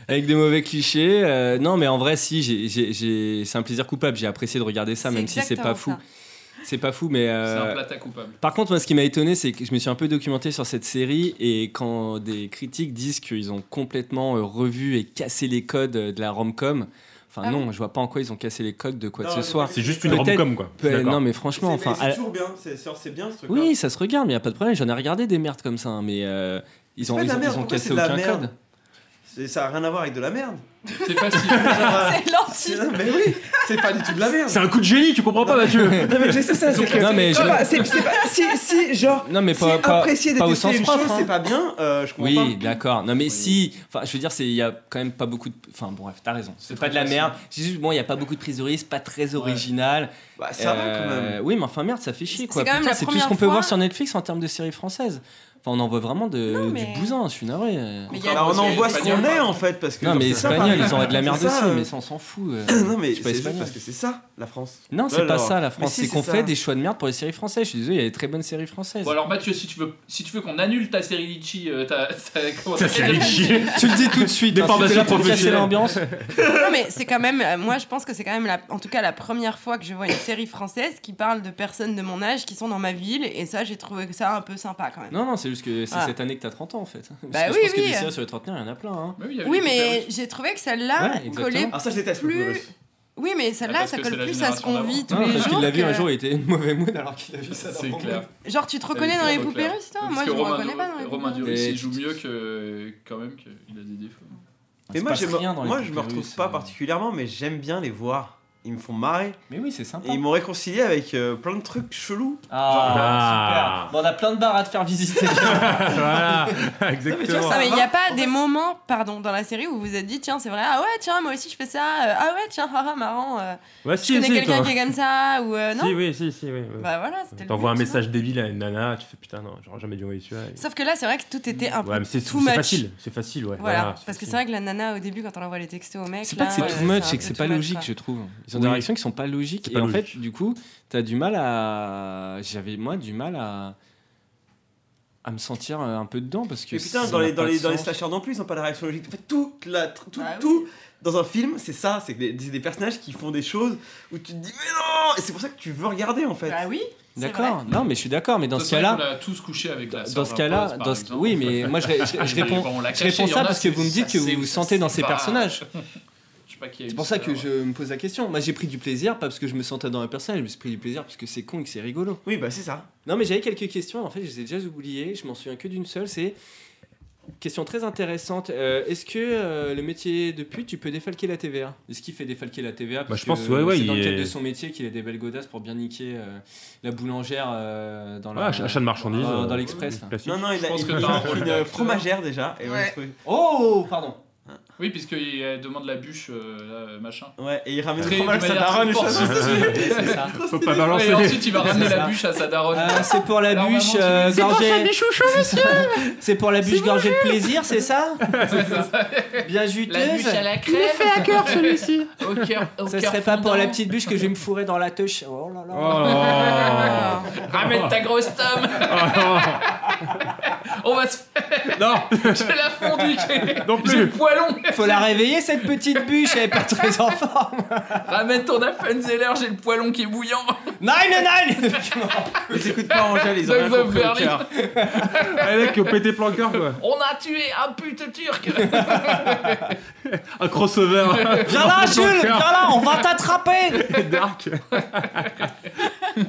S1: avec des mauvais clichés. Euh, non mais en vrai si, j'ai- j'ai- j'ai- c'est un plaisir coupable, j'ai apprécié de regarder ça même si c'est pas
S4: exactement
S1: fou.
S4: ça.
S1: C'est pas fou mais...
S5: c'est
S1: euh,
S5: un plat à coupable
S1: par contre, moi, ce qui m'a étonné, c'est que je me suis un peu documenté sur cette série et quand des critiques disent qu'ils ont complètement euh, revu et cassé les codes euh, de la rom-com, enfin
S4: Ah
S1: non, je vois pas en quoi ils ont cassé les codes de quoi
S2: Non,
S1: que
S2: mais
S1: ce soit.
S2: c'est-
S3: C'est juste une
S1: Peut-être-
S3: rom-com, quoi. Je suis
S1: Euh,
S3: d'accord.
S1: non mais franchement,
S2: C'est- mais
S1: enfin, à-
S2: C'est toujours bien, c'est genre, c'est bien ce truc.
S1: oui, ça se regarde, mais y a pas de problème. J'en ai regardé des merdes comme ça, hein, mais euh, ils
S2: C'est
S1: ont,
S2: pas de
S1: ils,
S2: la
S1: ont-
S2: merde,
S1: ils ont
S2: pourquoi
S1: cassé
S2: c'est de la
S1: aucun
S2: merde
S1: code.
S2: Ça a rien à voir avec de la merde.
S5: c'est facile
S4: C'est
S2: C'est-
S4: l'anti.
S2: Mais oui, c'est pas du tout de la merde.
S3: C'est un coup de génie, tu comprends pas, Mathieu
S2: Non mais je sais ça, c'est que-
S1: Non, mais
S2: c'est
S1: je-
S2: pas- c'est c'est pas si si genre
S1: Non, mais
S2: si
S1: pas, pas,
S2: apprécier
S1: pas au
S2: détester
S1: sens
S2: une
S1: propre.
S2: chose,
S1: hein.
S2: c'est pas bien, euh, je comprends
S1: Oui,
S2: pas.
S1: d'accord. Non, mais
S5: Oui.
S1: si. Enfin, je veux dire, c'est- il y a quand même pas beaucoup de. Enfin, bref, t'as raison. C'est
S5: très
S1: pas de la
S5: facile.
S1: merde. C'est juste, bon, il y a pas beaucoup de prises de risque, pas très original.
S2: Bah ça va quand
S1: Euh,
S2: même.
S1: Oui, mais enfin, merde, ça fait chier,
S4: C'est
S1: quoi.
S4: quand même
S1: Putain,
S4: la
S1: C'est tout ce
S4: première
S1: qu'on peut
S4: fois-
S1: voir sur Netflix en termes de séries françaises. Enfin, on en voit vraiment de,
S4: Non, mais-
S1: du bousin, je suis navré. euh.
S4: Mais il y a-
S2: Alors on en
S5: que
S2: voit ce qu'on
S5: espagnol.
S2: est en fait parce que
S1: Non,
S2: genre,
S1: mais
S2: c'est ça,
S1: espagnol,
S2: pareil.
S1: ils auraient de la merde
S2: C'est
S1: aussi,
S2: ça,
S1: mais
S2: euh.
S1: ça, on s'en fout. euh.
S2: non mais
S1: Je suis pas
S2: c'est juste
S1: espagnol.
S2: parce que c'est ça la France.
S1: Non, c'est pas
S2: Alors.
S1: ça la
S2: Mais
S1: France,
S2: si,
S1: c'est qu'on
S2: ça.
S1: fait des choix de merde pour les séries françaises. Je suis désolé, il y a des très bonnes séries françaises.
S5: Bon alors Mathieu, si tu veux, si tu veux qu'on annule ta série Litchi, euh, ta, ta- comment
S3: Ça,
S5: ça
S3: c'est
S5: s'appelle
S3: chier.
S1: Tu le dis tout de suite,
S3: Des
S1: hein,
S3: formations
S1: c'était là pour casser
S3: professionnelles.
S1: l'ambiance.
S4: Non, mais c'est quand même. euh, Moi, je pense que c'est quand même, la, en tout cas, la première fois que je vois une série française qui parle de personnes de mon âge qui sont dans ma ville. Et ça, j'ai trouvé ça un peu sympa quand même.
S1: Non, non, c'est juste que c'est
S4: Voilà.
S1: cette année que t'as 30 ans en fait. Parce
S4: Ah. Bah
S1: que
S4: oui,
S1: je pense que
S4: oui.
S1: des séries sur les trentenaires, il y en a plein. hein.
S5: Ouais, oui, il y avait
S4: Oui,
S5: des
S4: mais
S5: trucs
S4: j'ai trouvé que celle-là
S1: Ouais, exactement.
S4: collait.
S2: Ah ça je déteste.
S4: Plus-
S2: Plus...
S4: Oui, mais
S5: Ah,
S4: celle-là,
S5: parce
S4: ça
S5: que c'est
S4: colle
S5: la
S4: plus à ce qu'on
S5: génération
S4: vit tous
S1: Non,
S4: les
S1: parce
S4: jours.
S1: qu'il l'a vu
S4: que-
S1: un jour, il était mauvais mood alors qu'il a vu
S5: comme
S1: ça.
S5: ça.
S1: dans
S5: C'est
S1: mon
S5: clair.
S1: mood.
S4: Genre, tu te reconnais dans les
S5: Claire.
S4: poupées russes, toi
S5: Parce
S4: Moi,
S5: que
S4: je me
S5: Romain
S4: reconnais
S5: Dur-
S4: pas dans les
S5: Romain
S4: poupées russes.
S5: Duris,
S1: Mais
S5: il
S1: tu-
S5: joue mieux que quand même qu'il a des défauts.
S1: Il
S2: Et
S1: se
S2: moi
S1: passe
S2: j'aime-
S1: rien dans les
S2: moi je me
S1: poupées
S2: retrouve
S1: russes,
S2: pas
S1: euh.
S2: particulièrement mais j'aime bien les voir. Ils me font marrer
S1: Mais oui, c'est
S2: et
S1: sympa.
S2: ils m'ont réconcilié avec euh, plein de trucs chelous.
S1: Ah,
S3: Ah.
S1: super. Bon, on a plein de bars à te faire visiter.
S3: voilà,
S2: Non, mais tu vois,
S3: exactement.
S4: Non, Ah, mais il n'y a
S2: va.
S4: pas
S2: En
S4: des
S2: fait-
S4: moments, pardon, dans la série où vous vous êtes dit, tiens, c'est vrai, ah ouais, tiens, moi aussi je fais ça, euh, ah ouais, tiens, haha, marrant, euh,
S3: Ouais,
S4: je
S3: Bah, si,
S4: connais
S3: si,
S4: quelqu'un
S3: toi.
S4: qui est comme ça, ou euh, non
S3: Si, oui, si, si, oui. ouais.
S4: Bah voilà, c'était le
S3: T'envoies un
S4: but, tu
S3: message débile à une nana, tu fais putain, non, j'aurais jamais dû envoyer celui-là.
S4: vois. Sauf que là, c'est vrai que tout était un peu
S3: Ouais, mais c'est
S4: too
S3: c'est
S4: much.
S3: facile, c'est facile, ouais.
S4: Voilà,
S3: c'est
S4: parce que
S3: facile.
S4: c'est vrai que la nana, au début, quand on envoie les textos au mec,
S1: C'est pas que c'est
S4: là,
S1: too
S4: euh,
S1: much,
S4: un
S1: c'est
S4: peu
S1: que c'est
S4: too
S1: pas
S4: much,
S1: logique,
S4: quoi.
S1: je trouve. Ils ont
S3: Oui.
S1: des réactions qui sont pas logiques.
S3: C'est
S1: et
S3: pas
S1: en fait,
S3: logique.
S1: du coup, t'as du mal à. J'avais, moi, du mal à. à me sentir euh, un peu dedans parce que.
S2: Mais putain
S1: ça
S2: dans
S1: n'a
S2: les dans
S1: pas de
S2: les dans les
S1: sens.
S2: slashers non plus ils ont pas de réaction logique. En fait toute la tr- tout
S4: Bah oui.
S2: tout dans un film c'est ça c'est que des, des personnages qui font des choses où tu te dis mais non et c'est pour ça que tu veux regarder en fait.
S4: Bah oui, c'est vrai.
S1: D'accord, non, mais je suis d'accord, mais dans
S5: Ça,
S1: ce
S5: c'est vrai
S1: cas-là.
S5: qu'on a tous couché avec euh, la
S1: Dans
S5: sœur
S1: ce
S5: d'un
S1: cas-là,
S5: pote, par
S1: dans ce-
S5: exemple.
S1: oui, mais moi je, je- je
S5: Mais
S1: réponds,
S5: bon, on l'a
S1: je
S5: caché,
S1: réponds
S5: il y
S1: ça
S5: en a,
S1: parce que vous me
S5: c'est-
S1: dites que
S5: ça, c'est-
S1: vous vous
S5: ça,
S1: sentez dans
S5: c'est
S1: ces
S5: pas-
S1: personnages.
S5: Je sais pas qui a eu
S1: C'est pour ça que
S5: ouais.
S1: je me pose la question. Moi j'ai pris du plaisir, pas parce que je me sentais dans les personnages, je me suis pris du plaisir parce que c'est con et que c'est rigolo.
S2: Oui bah c'est ça.
S1: Non, mais j'avais quelques questions, en fait, je les ai déjà oubliées, je m'en souviens que d'une seule, c'est. Question très intéressante. Euh, Est-ce que euh, le métier de pute, tu peux défalquer la TVA Est-ce qu'il fait défalquer la TVA Parce
S3: Bah, je pense,
S1: que
S3: ouais, ouais,
S1: c'est dans
S3: il
S1: le cadre
S3: est-
S1: de son métier qu'il a des belles godasses pour bien niquer euh, la boulangère euh, dans
S3: Ouais,
S1: la-
S3: achat de marchandises.
S1: dans- dans
S3: euh,
S1: l'express. là.
S3: classique.
S2: Non non il
S5: Je
S2: a
S5: pense
S2: il
S5: que
S2: il
S5: t'as un
S2: offre
S5: rôle
S2: une euh,
S5: d'acteur.
S2: fromagère déjà et ouais.
S4: Ouais.
S2: je trouve-
S1: Oh, pardon.
S5: Oui, puisqu'il euh, demande la bûche, euh, là, machin.
S2: ouais, et il ramène le
S5: Très-
S2: fromage
S5: de
S2: à sa
S5: manière
S2: daronne et
S5: très
S2: ça,
S5: forte.
S1: C'est ça.
S2: Trop
S3: Faut
S2: stylé.
S3: pas balancer.
S5: Et ensuite, il va ramener
S1: C'est
S5: la
S1: ça.
S5: bûche à sa daronne.
S1: Euh, c'est pour la
S5: Alors,
S1: bûche
S5: maman, tu-
S1: euh,
S5: C'est pour
S1: gorgée. C'est pour la bûche gorgée de plaisir, c'est ça
S5: Ouais, c'est ça.
S1: Bien juteuse.
S5: La bûche à la crème.
S10: à cœur celui-ci.
S5: Au cœur, au
S1: Ça
S5: cœur
S1: serait pas pour
S5: fondant.
S1: la petite bûche que je vais me fourrer dans la touche. Oh là là.
S3: Oh.
S5: Ramène ta grosse tome. On va se
S3: Non,
S5: Je la fondue j'ai-
S3: Non plus.
S5: J'ai le poilon
S1: Faut la réveiller cette petite bûche, elle est pas très en forme.
S5: Ramène ton Appenzeller, j'ai le poilon qui est bouillant
S1: Nine nine.
S2: Ils écoutent pas Angèle, ils ont rien
S5: Dogs of
S2: compris au
S5: Berlin.
S2: cœur.
S3: avec au pété plan cœur quoi.
S5: On a tué un pute turc
S3: Un crossover.
S1: Viens là, Jules, viens là, on va t'attraper.
S3: Dark.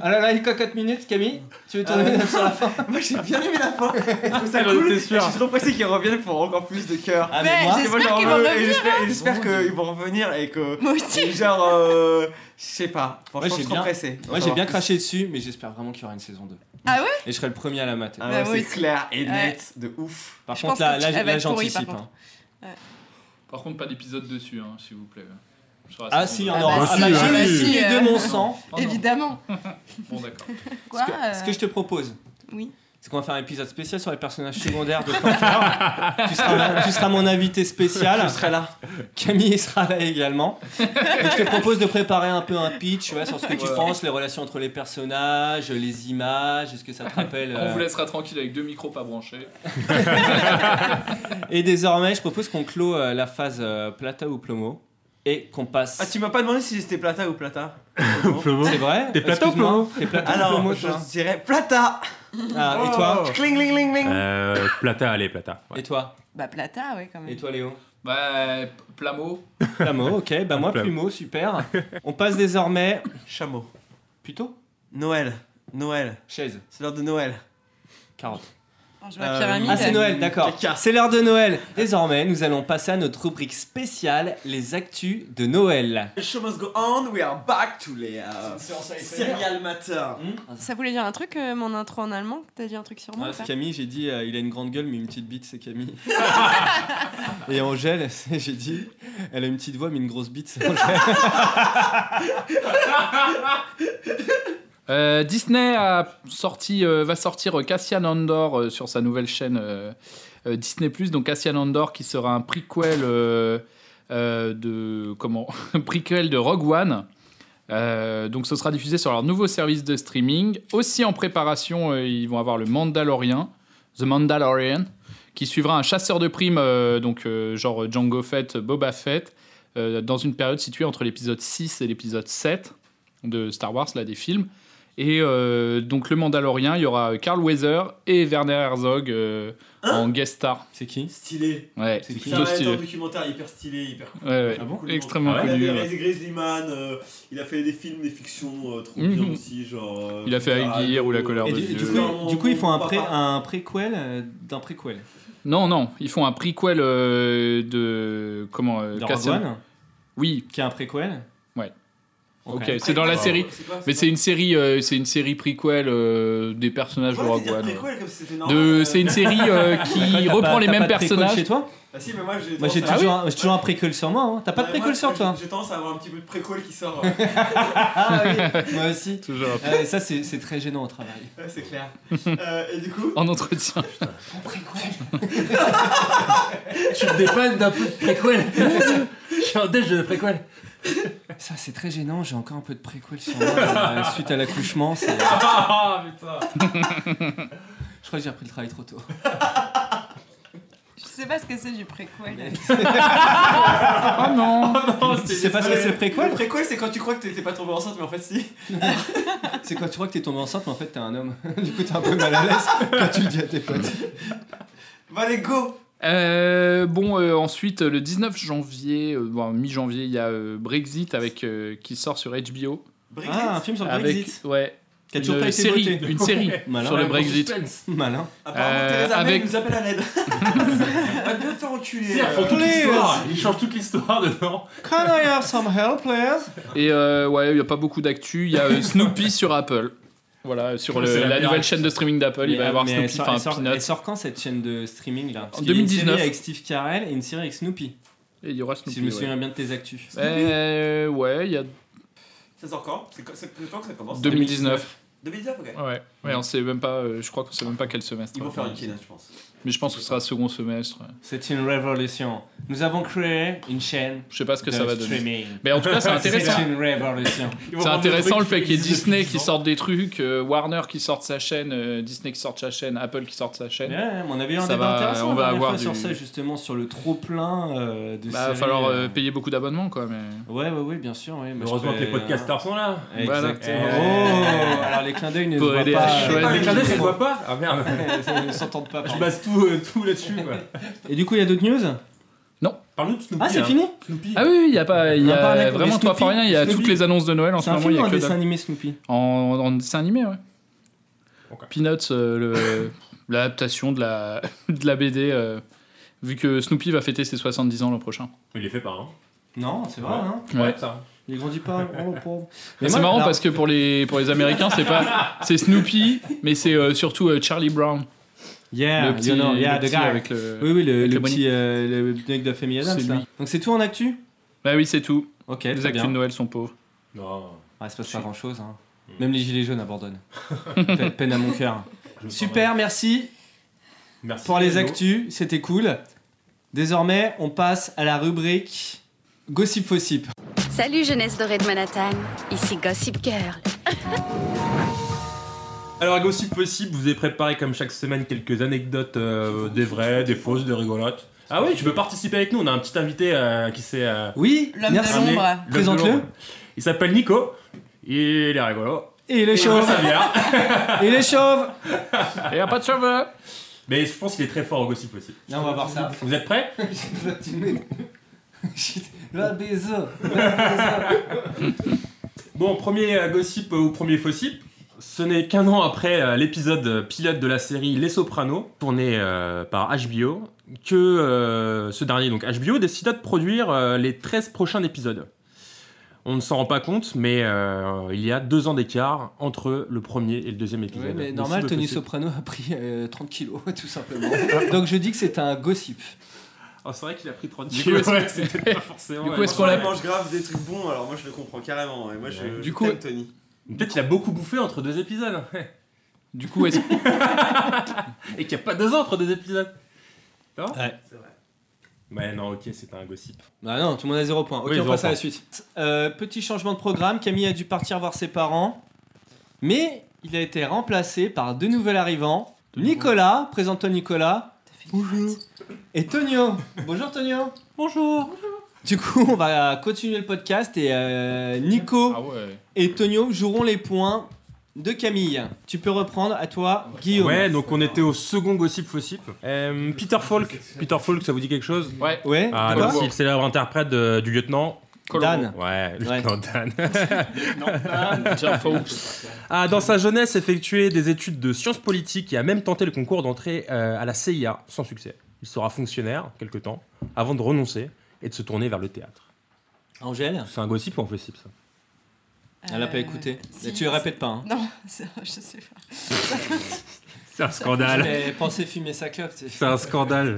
S1: Ah là là, il coque 4 minutes, Camille. Tu veux tourner sur la fin
S2: Moi j'ai bien aimé la fin. Je trouve ça
S3: J'en
S2: cool.
S3: étais
S2: et
S3: sûr.
S2: Je suis trop pressé qu'ils reviennent pour encore plus de cœur.
S1: Ah,
S4: mais
S1: moi,
S4: j'ai-
S2: Et moi,
S4: J'espère
S2: j'en
S4: qu'ils vont
S2: veux- et
S4: revenir, hein.
S2: j'espère- et J'espère qu'ils vont revenir et que.
S4: Moi aussi.
S2: et Genre, euh, je sais pas. Franchement,
S1: Ouais,
S2: je
S1: j'ai
S2: suis trop
S1: bien-
S2: pressé.
S1: moi j'ai bien craché dessus, mais j'espère vraiment qu'il y aura une saison 2.
S4: Ah ouais
S1: Et je serai le premier à la mater.
S2: Ah
S4: Bah,
S2: ouais,
S4: moi
S2: c'est
S4: aussi.
S2: clair et
S4: Ouais.
S2: net de ouf.
S1: Par
S4: Je
S1: contre,
S4: pense
S1: là,
S4: que
S1: là,
S4: elle va
S1: là,
S4: être pourrie, par
S1: j'anticipe.
S4: contre.
S1: hein.
S5: Par contre, pas d'épisode dessus, hein, s'il vous plaît. Sur la
S1: Ah
S5: saison
S1: si, il y
S5: deux.
S1: en
S4: Ah
S1: aura.
S4: bah
S1: Ah
S3: si,
S1: bah,
S3: oui.
S1: j'ai
S4: Ah bah
S1: su
S4: si,
S1: de
S4: euh.
S1: mon sang.
S5: Oh non.
S4: Évidemment.
S5: Bon, d'accord.
S4: Quoi
S1: ce, que,
S4: euh,
S1: ce que je te propose,
S4: Oui.
S1: c'est qu'on va faire un épisode spécial sur les personnages secondaires de Franker. tu, seras, tu seras mon invité spécial.
S2: Je serai là.
S1: Camille sera là également. Et je te propose de préparer un peu un pitch tu vois, sur ce que tu
S5: Ouais.
S1: penses, les relations entre les personnages, les images, est-ce que ça te rappelle.
S5: On vous
S1: euh,
S5: laissera tranquille avec deux micros pas branchés.
S1: Et désormais, je propose qu'on clôt euh, la phase euh, plata ou plomo et qu'on passe.
S2: Ah, tu m'as pas demandé si j'étais plata ou plata
S3: Flo.
S1: C'est vrai
S3: T'es plata ou
S1: Excuse-moi.
S3: plomo
S1: T'es plata ou
S2: Alors,
S1: plomo,
S2: je Oh.
S1: toi
S2: dirais plata
S1: Ah, Et toi
S2: Cling, cling, cling, cling
S3: Euh, plata, allez, plata. ouais.
S1: Et toi
S4: Bah, Plata, ouais, quand
S1: Et
S4: même.
S1: toi, Léo
S5: Bah, p- Plamo.
S1: Plamo, ok. Bah, moi,
S3: Plamo.
S1: plumeau, super. On passe désormais.
S2: Chameau.
S1: Plutôt
S2: Noël. Noël.
S1: Chaise.
S2: C'est l'heure de Noël.
S1: Carotte.
S4: On joue à
S2: Euh,
S4: Pyramide.
S1: Ah, c'est Noël, d'accord.
S2: Caca.
S1: C'est l'heure de Noël. Désormais, nous allons passer à notre rubrique spéciale, les actus de Noël.
S2: The show must go on, we are back to les euh, serial matter.
S4: Ça voulait dire un truc, euh, mon intro en allemand que T'as dit un truc
S1: Ah,
S4: sur moi ou pas
S1: Camille, j'ai dit, euh, il a une grande gueule, mais une petite bite, c'est Camille. Et Angèle, j'ai dit, elle a une petite voix, mais une grosse bite, c'est Angèle.
S5: Euh, Disney a sorti, euh, va sortir Cassian Andor euh, sur sa nouvelle chaîne euh, euh, Disney+. Donc Cassian Andor qui sera un prequel euh, euh, de comment prequel de Rogue One. Euh, donc ce sera diffusé sur leur nouveau service de streaming. Aussi en préparation, euh, ils vont avoir le Mandalorian, The Mandalorian, qui suivra un chasseur de primes, euh, donc euh, genre Django Fett, Boba Fett, euh, dans une période située entre l'épisode 6 et l'épisode 7 de Star Wars, là des films. Et euh, donc le Mandalorien, il y aura Carl Weather et Werner Herzog euh, en guest star.
S1: C'est qui
S2: Stylé.
S5: Ouais,
S1: C'est qui
S2: Ça
S5: plutôt
S2: va être
S5: stylé.
S2: un documentaire hyper stylé, hyper cool.
S5: Ouais, ouais.
S1: Ah bon
S2: Cool.
S5: Extrêmement
S2: Il a
S5: connu,
S2: fait
S5: ouais.
S2: Res- Grizzlyman, euh, il a fait des films, des fictions euh, trop
S5: Mhm.
S2: bien aussi, genre. euh,
S5: Il a fait
S2: Clara
S5: Aguirre ou La colère
S1: Et
S5: de
S1: du,
S5: Dieu.
S1: du coup,
S2: Non,
S1: du coup, ils font un, pré-
S2: papa.
S1: un préquel euh, d'un préquel.
S5: Non, non, ils font un prequel euh, de comment euh,
S1: De Rogue
S5: Cassian-
S1: One,
S5: Oui,
S1: qui est un préquel.
S5: Ouais.
S1: Ok.
S5: ok, c'est dans la
S2: Ah,
S5: série.
S2: c'est pas-
S5: Mais c'est une série, euh, c'est une série prequel euh, des personnages de
S2: Pourquoi
S5: Rogue
S2: t'as dit
S5: One.
S2: préquel comme si c'était normal,
S5: De,
S2: euh,
S5: c'est une série euh,
S1: D'accord,
S5: qui
S1: t'as
S5: reprend
S1: pas-
S5: les
S1: t'as
S5: mêmes
S1: pas de préquel
S5: personnages.
S1: chez toi
S2: Ah si, mais moi j'ai.
S1: Moi, j'ai
S2: tendance à-
S1: toujours, un- j'ai toujours un préquel sur moi. hein. T'as pas de
S2: Ouais, Bah, moi,
S1: préquel sur
S2: j'ai-
S1: toi
S2: J'ai tendance à avoir un petit peu de préquel qui sort.
S1: Ah oui, moi aussi.
S5: Toujours
S1: Euh, ça, c'est c'est très gênant au travail.
S2: Ouais, c'est clair. Euh, et du coup.
S5: en entretien.
S3: Tu me dépannes d'un peu de préquel. Je suis en déj de préquel.
S1: Ça, c'est très gênant. J'ai encore un peu de préquel sur moi. euh, suite à l'accouchement, c'est-
S3: Ah putain.
S1: je crois que j'ai repris le travail trop tôt.
S4: Je sais pas ce que c'est du préquel.
S5: Oh
S1: Ah
S5: non.
S1: Tu sais pas ce que c'est le préquel
S2: Le préquel, c'est quand tu crois que t'étais pas tombé enceinte, mais en fait si.
S1: C'est quand tu crois que t'es tombé enceinte, mais en fait, t'es un homme. du coup, t'es un peu mal à l'aise quand tu le dis à tes potes.
S2: Bah, allez, go
S5: Euh, bon, euh, ensuite, euh, le 19 janvier, euh, bon, mi-janvier, il y a euh, Brexit avec, euh, qui sort sur HBO.
S2: Brexit.
S1: Ah, un film sur le
S5: avec,
S1: Brexit.
S5: Ouais.
S1: Qui a
S5: une
S1: toujours pas été
S5: série,
S1: voté.
S5: Une série
S1: Malin.
S5: sur le Brexit.
S1: Malin.
S2: Apparemment,
S5: Euh,
S2: Theresa May
S5: avec-
S2: nous appelle à l'aide. On va bien te faire enculer.
S3: Ils font
S2: euh.
S3: toute
S1: Please.
S3: l'histoire. Ils changent toute l'histoire dedans.
S1: Can I have some help, please
S5: Et euh, ouais, il n'y a pas beaucoup d'actu. Il y a euh, Snoopy sur Apple. Voilà, sur
S3: Ouais,
S5: le-
S3: c'est la
S5: la,
S3: meilleure
S5: nouvelle
S3: actu,
S5: chaîne de streaming d'Apple, il va y avoir
S1: mais
S5: Snoopy,
S1: elle sort-
S5: enfin
S1: elle sort-
S5: Peanuts.
S1: Elle sort quand cette chaîne de streaming là
S5: En
S1: qu'il y a une
S5: 2019.
S1: série avec Steve Carell et une série avec Snoopy.
S5: Et il y aura Snoopy.
S1: si je me
S5: ouais.
S1: souviens bien de tes actus.
S5: Euh, ouais, il y a
S2: Ça sort quand C'est quand c'est quand que ça
S1: Oh,
S2: commence
S5: 2019.
S2: 2019, ok.
S5: Ouais, ouais, on sait même pas, euh, je crois qu'on sait même pas quel semestre.
S2: Ils vont faire une kina, je pense.
S5: Mais je pense que ce sera second semestre. ouais.
S1: C'est une révolution. Nous avons créé une chaîne
S5: Je sais pas ce que
S1: de
S5: ça va donner.
S1: streaming.
S5: Mais en tout cas, c'est intéressant.
S1: C'est une révolution.
S5: C'est intéressant le fait qu'il y ait Disney qui sorte des trucs, euh, Warner qui sorte sa chaîne, euh, Disney qui sorte sa chaîne, Apple qui sorte sa chaîne.
S1: Ouais, ouais, mais on avait eu un
S5: Ça
S1: débat
S5: va-
S1: intéressant
S5: on
S1: la
S5: va
S1: dernière
S5: avoir
S1: fois sur
S5: du-
S1: ça justement sur le trop plein de
S5: Bah, va
S1: séries,
S5: falloir euh,
S1: euh,
S5: payer beaucoup d'abonnements quoi. Mais...
S1: Ouais ouais ouais bien sûr ouais. Bah, je
S3: Heureusement que
S1: fais-
S3: les podcasters sont là.
S5: Voilà.
S1: Exactement.
S3: Eh.
S1: Oh, alors les clins d'œil ne se
S5: Pour
S1: voient
S5: aider à
S1: pas.
S5: choisir.
S3: Ah, les cadets, ça se
S1: Ils
S3: voit pas Ah merde.
S1: ne s'entendent pas.
S3: Je
S1: pardon.
S3: base tout, euh, tout là-dessus. quoi.
S1: Et du coup il y a d'autres news
S3: Parle-nous de Snoopy.
S1: Ah c'est
S3: hein.
S1: fini
S3: Snoopy.
S5: Ah oui, oui, il y a pas, il y
S1: On en parlait,
S5: a
S1: mais
S5: vraiment trois
S1: Snoopy-
S5: fois rien. Il y a
S1: Snoopy-
S5: toutes les annonces de Noël en ce
S1: C'est un
S5: moment.
S1: film
S5: Il y
S1: ou
S5: a
S1: un
S5: que
S1: dessin
S5: dalle.
S1: animé Snoopy
S5: en, en dessin animé, ouais.
S3: Ok.
S5: Peanuts, euh, le- l'adaptation de la de la BD. euh, Vu que Snoopy va fêter ses 70 ans l'an prochain.
S3: Il les fait pas. Hein.
S1: Non c'est vrai
S3: Ouais.
S1: hein.
S5: Ouais.
S3: ça.
S1: Il grandit pas, oh le pauvre.
S5: Mais c'est
S1: moi,
S5: marrant
S1: alors,
S5: parce que pour les, pour les Américains, c'est pas c'est Snoopy, mais c'est euh, surtout euh, Charlie Brown.
S1: Yeah,
S5: le petit,
S1: you Ah, know, yeah,
S5: le
S1: the
S5: petit
S1: guy.
S5: avec le.
S1: Oui, oui, le, le
S5: avec le
S1: petit
S5: bonnet.
S1: euh, le mec de Family Adams.
S5: C'est
S1: là.
S5: lui.
S1: Donc c'est tout en actu
S5: Bah oui, c'est tout.
S1: Ok,
S5: Les
S1: Eh, très
S5: actus
S1: bien.
S5: de Noël sont pauvres.
S3: Non.
S1: Ah, il se passe pas grand chose. Hein.
S3: Mm.
S1: Même les gilets jaunes abandonnent. Pe- Peine à mon cœur.
S3: je me sens
S1: Super, merci
S3: mal. Merci.
S1: pour les
S3: Hello.
S1: actus, c'était cool. Désormais, on passe à la rubrique Gossip Fossip.
S8: Salut jeunesse dorée de Manhattan, ici Gossip Girl.
S3: Alors, à Gossip Possible, vous ai préparé comme chaque semaine quelques anecdotes, euh, des vraies, des fausses, des rigolotes. Ah oui, tu peux participer avec nous. On a un petit invité euh, qui s'est. euh,
S1: Oui,
S4: L'homme
S1: merci.
S4: de l'ombre.
S3: amené.
S4: Lombre.
S3: L'homme de
S1: Présente-le.
S3: l'ombre. Il s'appelle Nico. Il est rigolo.
S1: Et les
S3: Il boit
S1: chauves
S3: sa bière.
S1: Et les chauves
S5: Et y a pas de cheveux
S3: Mais je pense qu'il est très fort au Gossip Possible.
S1: Là, on va voir ça.
S3: Vous êtes prêts
S1: La baiser.
S3: Bon, premier euh, gossip euh, ou premier fossip. Ce n'est qu'un an après euh, l'épisode euh, pilote de la série Les Sopranos, tourné euh, par HBO, que euh, ce dernier, donc HBO, décida de produire euh, les 13 prochains épisodes. On ne s'en rend pas compte, mais euh, il y a deux ans d'écart entre le premier et le deuxième épisode.
S1: Ouais, mais
S3: Gossip
S1: normal,
S3: ou
S1: Tony
S3: fossip
S1: Soprano a pris euh, 30 kilos, tout simplement. Donc je dis que c'est un gossip.
S3: Ah, c'est vrai qu'il a pris 30
S5: Du
S3: kilos,
S5: coup, est-ce-
S3: ouais, c'était pas forcément.
S5: Du coup,
S3: ouais.
S5: est-ce qu'on l'a-
S2: mange grave des trucs bons, alors moi je le comprends carrément. Et moi, je,
S5: Du
S2: je
S5: coup-
S2: t'aime, Tony.
S3: Peut-être qu'il a beaucoup bouffé entre deux épisodes.
S5: Du coup, est-ce
S3: Et qu'il n'y a pas deux ans entre deux épisodes. Non
S1: Ouais.
S3: C'est vrai. Ouais, non, ok, c'était un gossip.
S1: Bah non, tout le monde a zéro point. Ok,
S3: Oui,
S1: on
S3: zéro
S1: passe à la
S3: point.
S1: suite. Euh, petit changement de programme. Camille a dû partir voir ses parents, mais il a été remplacé par deux nouveaux arrivants. Nicolas, présente-toi Nicolas. Bonjour. Et Tonio. Bonjour Tonio. Bonjour. Du coup, on va continuer le podcast et euh, Nico
S5: Ah ouais.
S1: et Tonio joueront les points de Camille. Tu peux reprendre à toi, Guillaume.
S3: Ouais, donc on était au second gossip fossip. Euh, Peter Falk. Peter Falk, ça vous dit quelque chose
S5: Ouais.
S1: Ouais,
S3: Ah,
S1: toi
S3: le petit- le célèbre interprète de- du lieutenant.
S1: Dan.
S3: Ouais, le
S1: Ouais.
S3: lieutenant Dan.
S5: Non, Dan, Jeff Fox.
S3: Ah, dans sa jeunesse, effectué des études de sciences politiques et a même tenté le concours d'entrée euh, à la CIA, sans succès. Il sera fonctionnaire quelque temps, avant de renoncer et de se tourner vers le théâtre.
S1: Angèle,
S3: C'est un gossip ou un gossip, ça
S1: elle n'a pas
S4: Euh,
S1: écouté.
S4: si,
S1: Et tu répètes pas. hein.
S4: Non, ça, je sais pas.
S3: C'est un scandale.
S1: Elle pensait fumer sa clope. tu sais.
S3: C'est un scandale.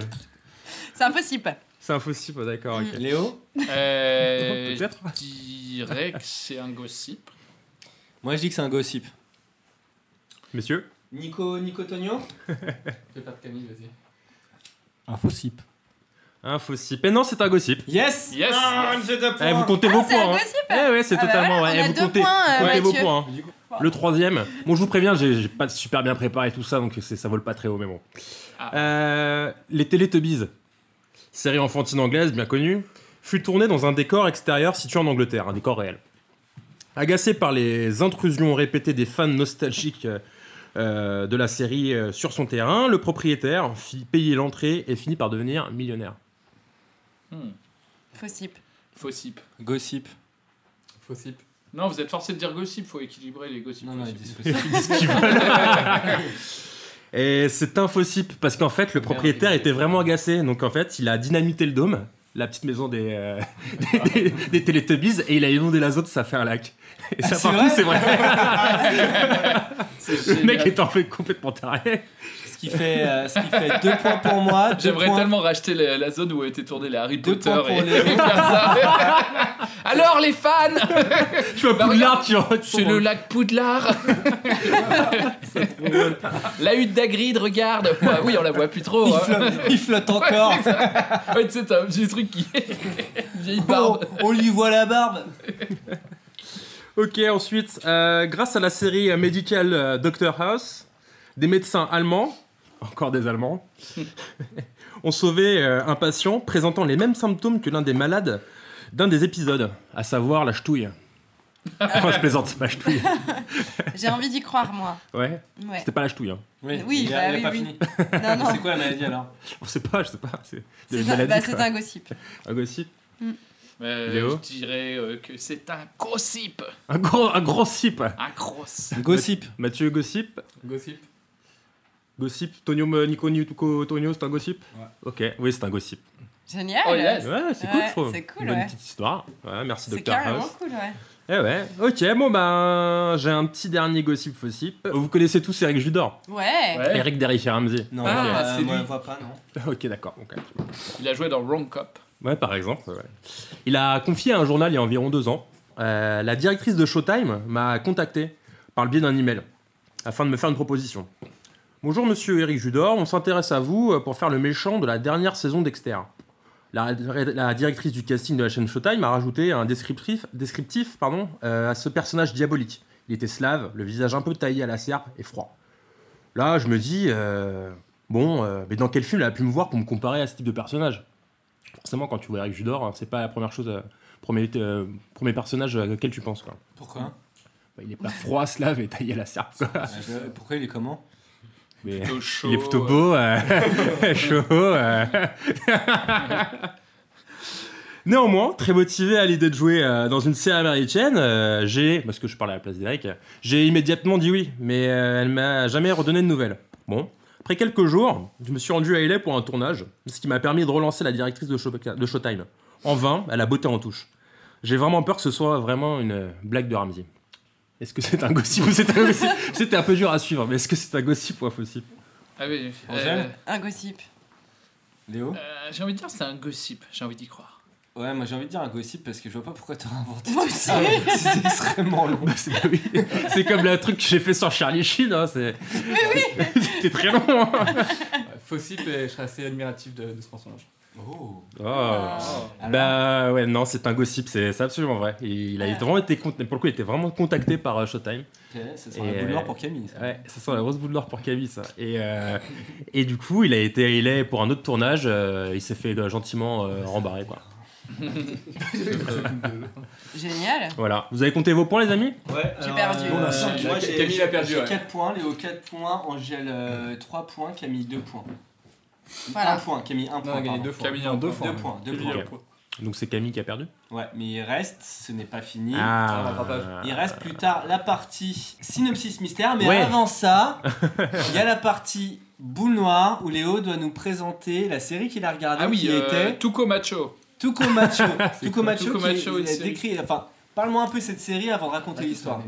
S4: C'est impossible.
S3: C'est un fossip, d'accord, ok.
S1: Léo
S5: Euh,
S3: Peut-être.
S5: je dirais que c'est un gossip.
S1: Moi je dis que c'est un gossip.
S3: Messieurs
S1: Nico, Nico Tonio
S5: Fais pas de Camille, vas-y.
S11: Un faux sip.
S3: Un fossip. Et non, c'est un gossip.
S1: Yes
S5: Yes.
S1: Ah, une jeu de
S3: Eh, vous
S1: points.
S3: comptez vos
S4: c'est un
S3: points. hein.
S4: gossip.
S3: Eh ouais, c'est
S4: Ah bah
S3: totalement
S4: voilà,
S3: vrai. Eh,
S4: on a
S3: vous
S4: deux
S3: comptez,
S4: points, euh,
S3: vous comptez vos
S4: Mathieu.
S3: points. hein. Le troisième. Bon, je vous préviens, j'ai j'ai pas super bien préparé tout ça, donc c'est- ça vole pas très haut, mais bon.
S5: Ah.
S3: Euh, les Teletubbies, série enfantine anglaise bien connue, fut tournée dans un décor extérieur situé en Angleterre, un décor réel. Agacé par les intrusions répétées des fans nostalgiques euh, euh, de la série euh, sur son terrain, le propriétaire fit payer l'entrée et finit par devenir millionnaire.
S5: Hmm.
S4: Fossip.
S5: Fossip.
S1: Gossip.
S11: Fossip.
S5: Non, vous êtes forcé de dire gossip, faut équilibrer les gossips.
S1: Non, non, ils
S5: gossips.
S1: disent
S3: Ils
S1: gossip.
S3: disent ce qu'ils veulent. Et c'est un faux sip parce qu'en fait le propriétaire était vraiment agacé. Donc en fait il a dynamité le dôme, la petite maison des, euh, des, des- des Teletubbies, et il a inondé la zone, ça fait un lac. Et
S1: Ah,
S3: ça
S1: c'est
S3: par contre c'est
S1: vrai
S3: vrai.
S5: C'est
S3: le mec
S5: génial.
S3: est en fait complètement taré.
S1: Ce qui fait, euh, ce qui fait deux points pour moi, deux
S5: J'aimerais
S1: points,
S5: tellement racheter la, la zone où a été tourné les Harry
S1: Deux
S5: Potter
S1: points pour
S5: et,
S1: les-
S5: et faire ça. Alors les fans,
S3: Tu vois
S5: Bah,
S3: Poudlard, tu vois.
S5: c'est le lac Poudlard. la hutte d'Agrid, regarde. Ouais, oui, on la voit plus trop.
S1: il
S5: hein.
S1: flotte, il flotte encore.
S5: Ouais, tu sais, t'as un petit truc qui. Une vieille
S1: Oh,
S5: barbe.
S1: on lui voit la barbe.
S3: Ok ensuite, euh, grâce à la série euh, médicale euh, Doctor House, des médecins allemands, encore des allemands, ont sauvé euh, un patient présentant les mêmes symptômes que l'un des malades d'un des épisodes, à savoir la ch'touille. Moi je plaisante, la ch'touille.
S4: J'ai envie d'y croire, moi.
S3: Ouais,
S4: Ouais.
S3: c'était pas la ch'touille. Hein.
S4: Oui,
S1: il a,
S4: bah
S1: il a
S4: oui,
S1: pas
S4: oui.
S1: fini.
S4: Non, non.
S1: C'est quoi la maladie alors
S5: Ah,
S3: On sait pas, je sais pas. C'est c'est
S4: C'est
S3: une
S4: un,
S3: maladie.
S4: bah, c'est
S3: quoi.
S4: un gossip.
S3: Un gossip.
S5: Euh,
S3: Léo
S5: je dirais euh, que c'est un gossip.
S3: Un gros, un gros sip.
S5: Un grosse.
S1: Gossip.
S3: Mathieu, gossip.
S11: Gossip.
S3: Gossip. Tonio, euh, Nico, Nico, Tonio, c'est un gossip
S11: Ouais.
S3: Ok, oui, c'est un gossip.
S4: Génial.
S5: Oh, yes.
S3: Ouais, c'est
S4: Ouais,
S3: cool, je trouve.
S4: c'est cool,
S3: Une bonne
S4: ouais.
S3: petite histoire. Ouais, merci,
S4: C'est
S3: Docteur
S4: carrément
S3: House.
S4: cool, ouais.
S3: Eh ouais. Ok, bon, ben, j'ai un petit dernier gossip fossip. Vous connaissez tous Eric Judor
S4: Ouais.
S5: Ouais.
S3: Eric Derrick et Ramsey.
S1: Non,
S5: Ah,
S1: euh,
S5: c'est
S1: moi
S5: lui.
S1: je vois pas, non.
S3: ok, d'accord. ok.
S5: Il a joué dans Wrong Cop.
S3: Ouais, par exemple. ouais. Il a confié à un journal il y a environ deux ans. Euh, la directrice de Showtime m'a contacté par le biais d'un email afin de me faire une proposition. Bonjour monsieur Eric Judor, on s'intéresse à vous euh, pour faire le méchant de la dernière saison d'Exter. La, la directrice du casting de la chaîne Showtime a rajouté un descriptif, descriptif pardon, euh, à ce personnage diabolique. Il était slave, le visage un peu taillé à la serpe et froid. Là, je me dis, euh, bon, euh, mais dans quel film elle a pu me voir pour me comparer à ce type de personnage forcément quand tu vois Eric Judor, hein, c'est pas la première chose, euh, premier, euh, premier personnage auquel tu penses quoi.
S5: Ah.
S1: Pourquoi
S3: Bah, il est pas froid, slave et taillé à la serpe quoi.
S1: Bah, je- Pourquoi il est comment
S3: Mais
S5: Plutôt chaud.
S3: il est plutôt beau, euh, chaud. euh. Néanmoins, très motivé à l'idée de jouer euh, dans une série américaine, euh, j'ai, parce que je parlais à la place d'Eric, euh, j'ai immédiatement dit oui, mais euh, elle m'a jamais redonné de nouvelles. Bon, après quelques jours, je me suis rendu à LA pour un tournage, ce qui m'a permis de relancer la directrice de, Show- de Showtime. En vain, elle a botté en touche. J'ai vraiment peur que ce soit vraiment une blague de Ramsey. Est-ce que c'est un gossip ou c'est un gossip C'était un peu dur à suivre, mais est-ce que c'est un gossip ou un faux gossip
S5: Ah oui.
S1: Angèle
S5: euh,
S4: Un gossip.
S1: Léo
S5: euh, j'ai envie de dire c'est un gossip. J'ai envie d'y croire.
S12: Ouais, moi j'ai envie de dire un gossip parce que je vois pas pourquoi t'as inventé
S3: Moi
S12: tout
S3: aussi.
S1: Ah,
S12: ça. C'est extrêmement
S3: Bah,
S12: long.
S3: C'est comme le truc que j'ai fait sur Charlie Sheen. Hein, c'est...
S1: Mais
S3: oui C'était très long. hein.
S1: Fossip, et je serais assez admiratif de, de ce personnage.
S13: Oh.
S3: Oh. Bah ouais, non, c'est un gossip, c'est, c'est absolument vrai. Il, il a vraiment été, con- pour le coup, il était vraiment contacté par euh, Showtime.
S1: Ok, ça sent la
S3: Et,
S1: boule noire
S3: euh,
S1: pour Camille, ça.
S3: Ouais, ça sent la grosse boule noire pour Camille, ça. Et, euh, et du coup, il a été il est pour un autre tournage, euh, il s'est fait euh, gentiment euh, rembarrer, quoi.
S4: Génial.
S3: Voilà. Vous avez compté vos points, les amis
S1: Ouais, euh,
S4: J'ai alors, perdu.
S2: bah,
S5: Euh,
S3: on a cinq.
S1: moi,
S3: J'ai-
S1: j'ai-
S3: Camille a perdu,
S1: J'ai
S3: ouais.
S1: 4 points, Léo 4 points, Angèle 3 points, Camille 2 points.
S4: Voilà.
S1: 1
S2: Ah,
S1: point, Camille 1 point.
S3: a gagné
S1: pardon.
S3: deux fois. Camille, un
S1: Non, deux
S3: point.
S1: deux points. deux
S3: Camille,
S1: points.
S3: un Donc c'est Camille qui a perdu
S1: Ouais, mais il reste, ce n'est pas fini.
S3: Ah.
S1: On rattrape pas. Il reste plus tard la partie synopsis mystère, mais
S3: Ouais.
S1: avant ça, il y a la partie boule noire où Léo doit nous présenter la série qu'il a regardée
S5: Ah oui,
S1: qui
S5: euh,
S1: était
S5: Tuco Macho.
S1: Tuco Macho.
S5: C'est
S1: Tuco
S5: quoi
S1: Macho,
S5: Tuco
S1: qui
S5: Macho, une
S1: est-
S5: série.
S1: décrit. Enfin, parle-moi un peu de cette série avant de raconter l'histoire.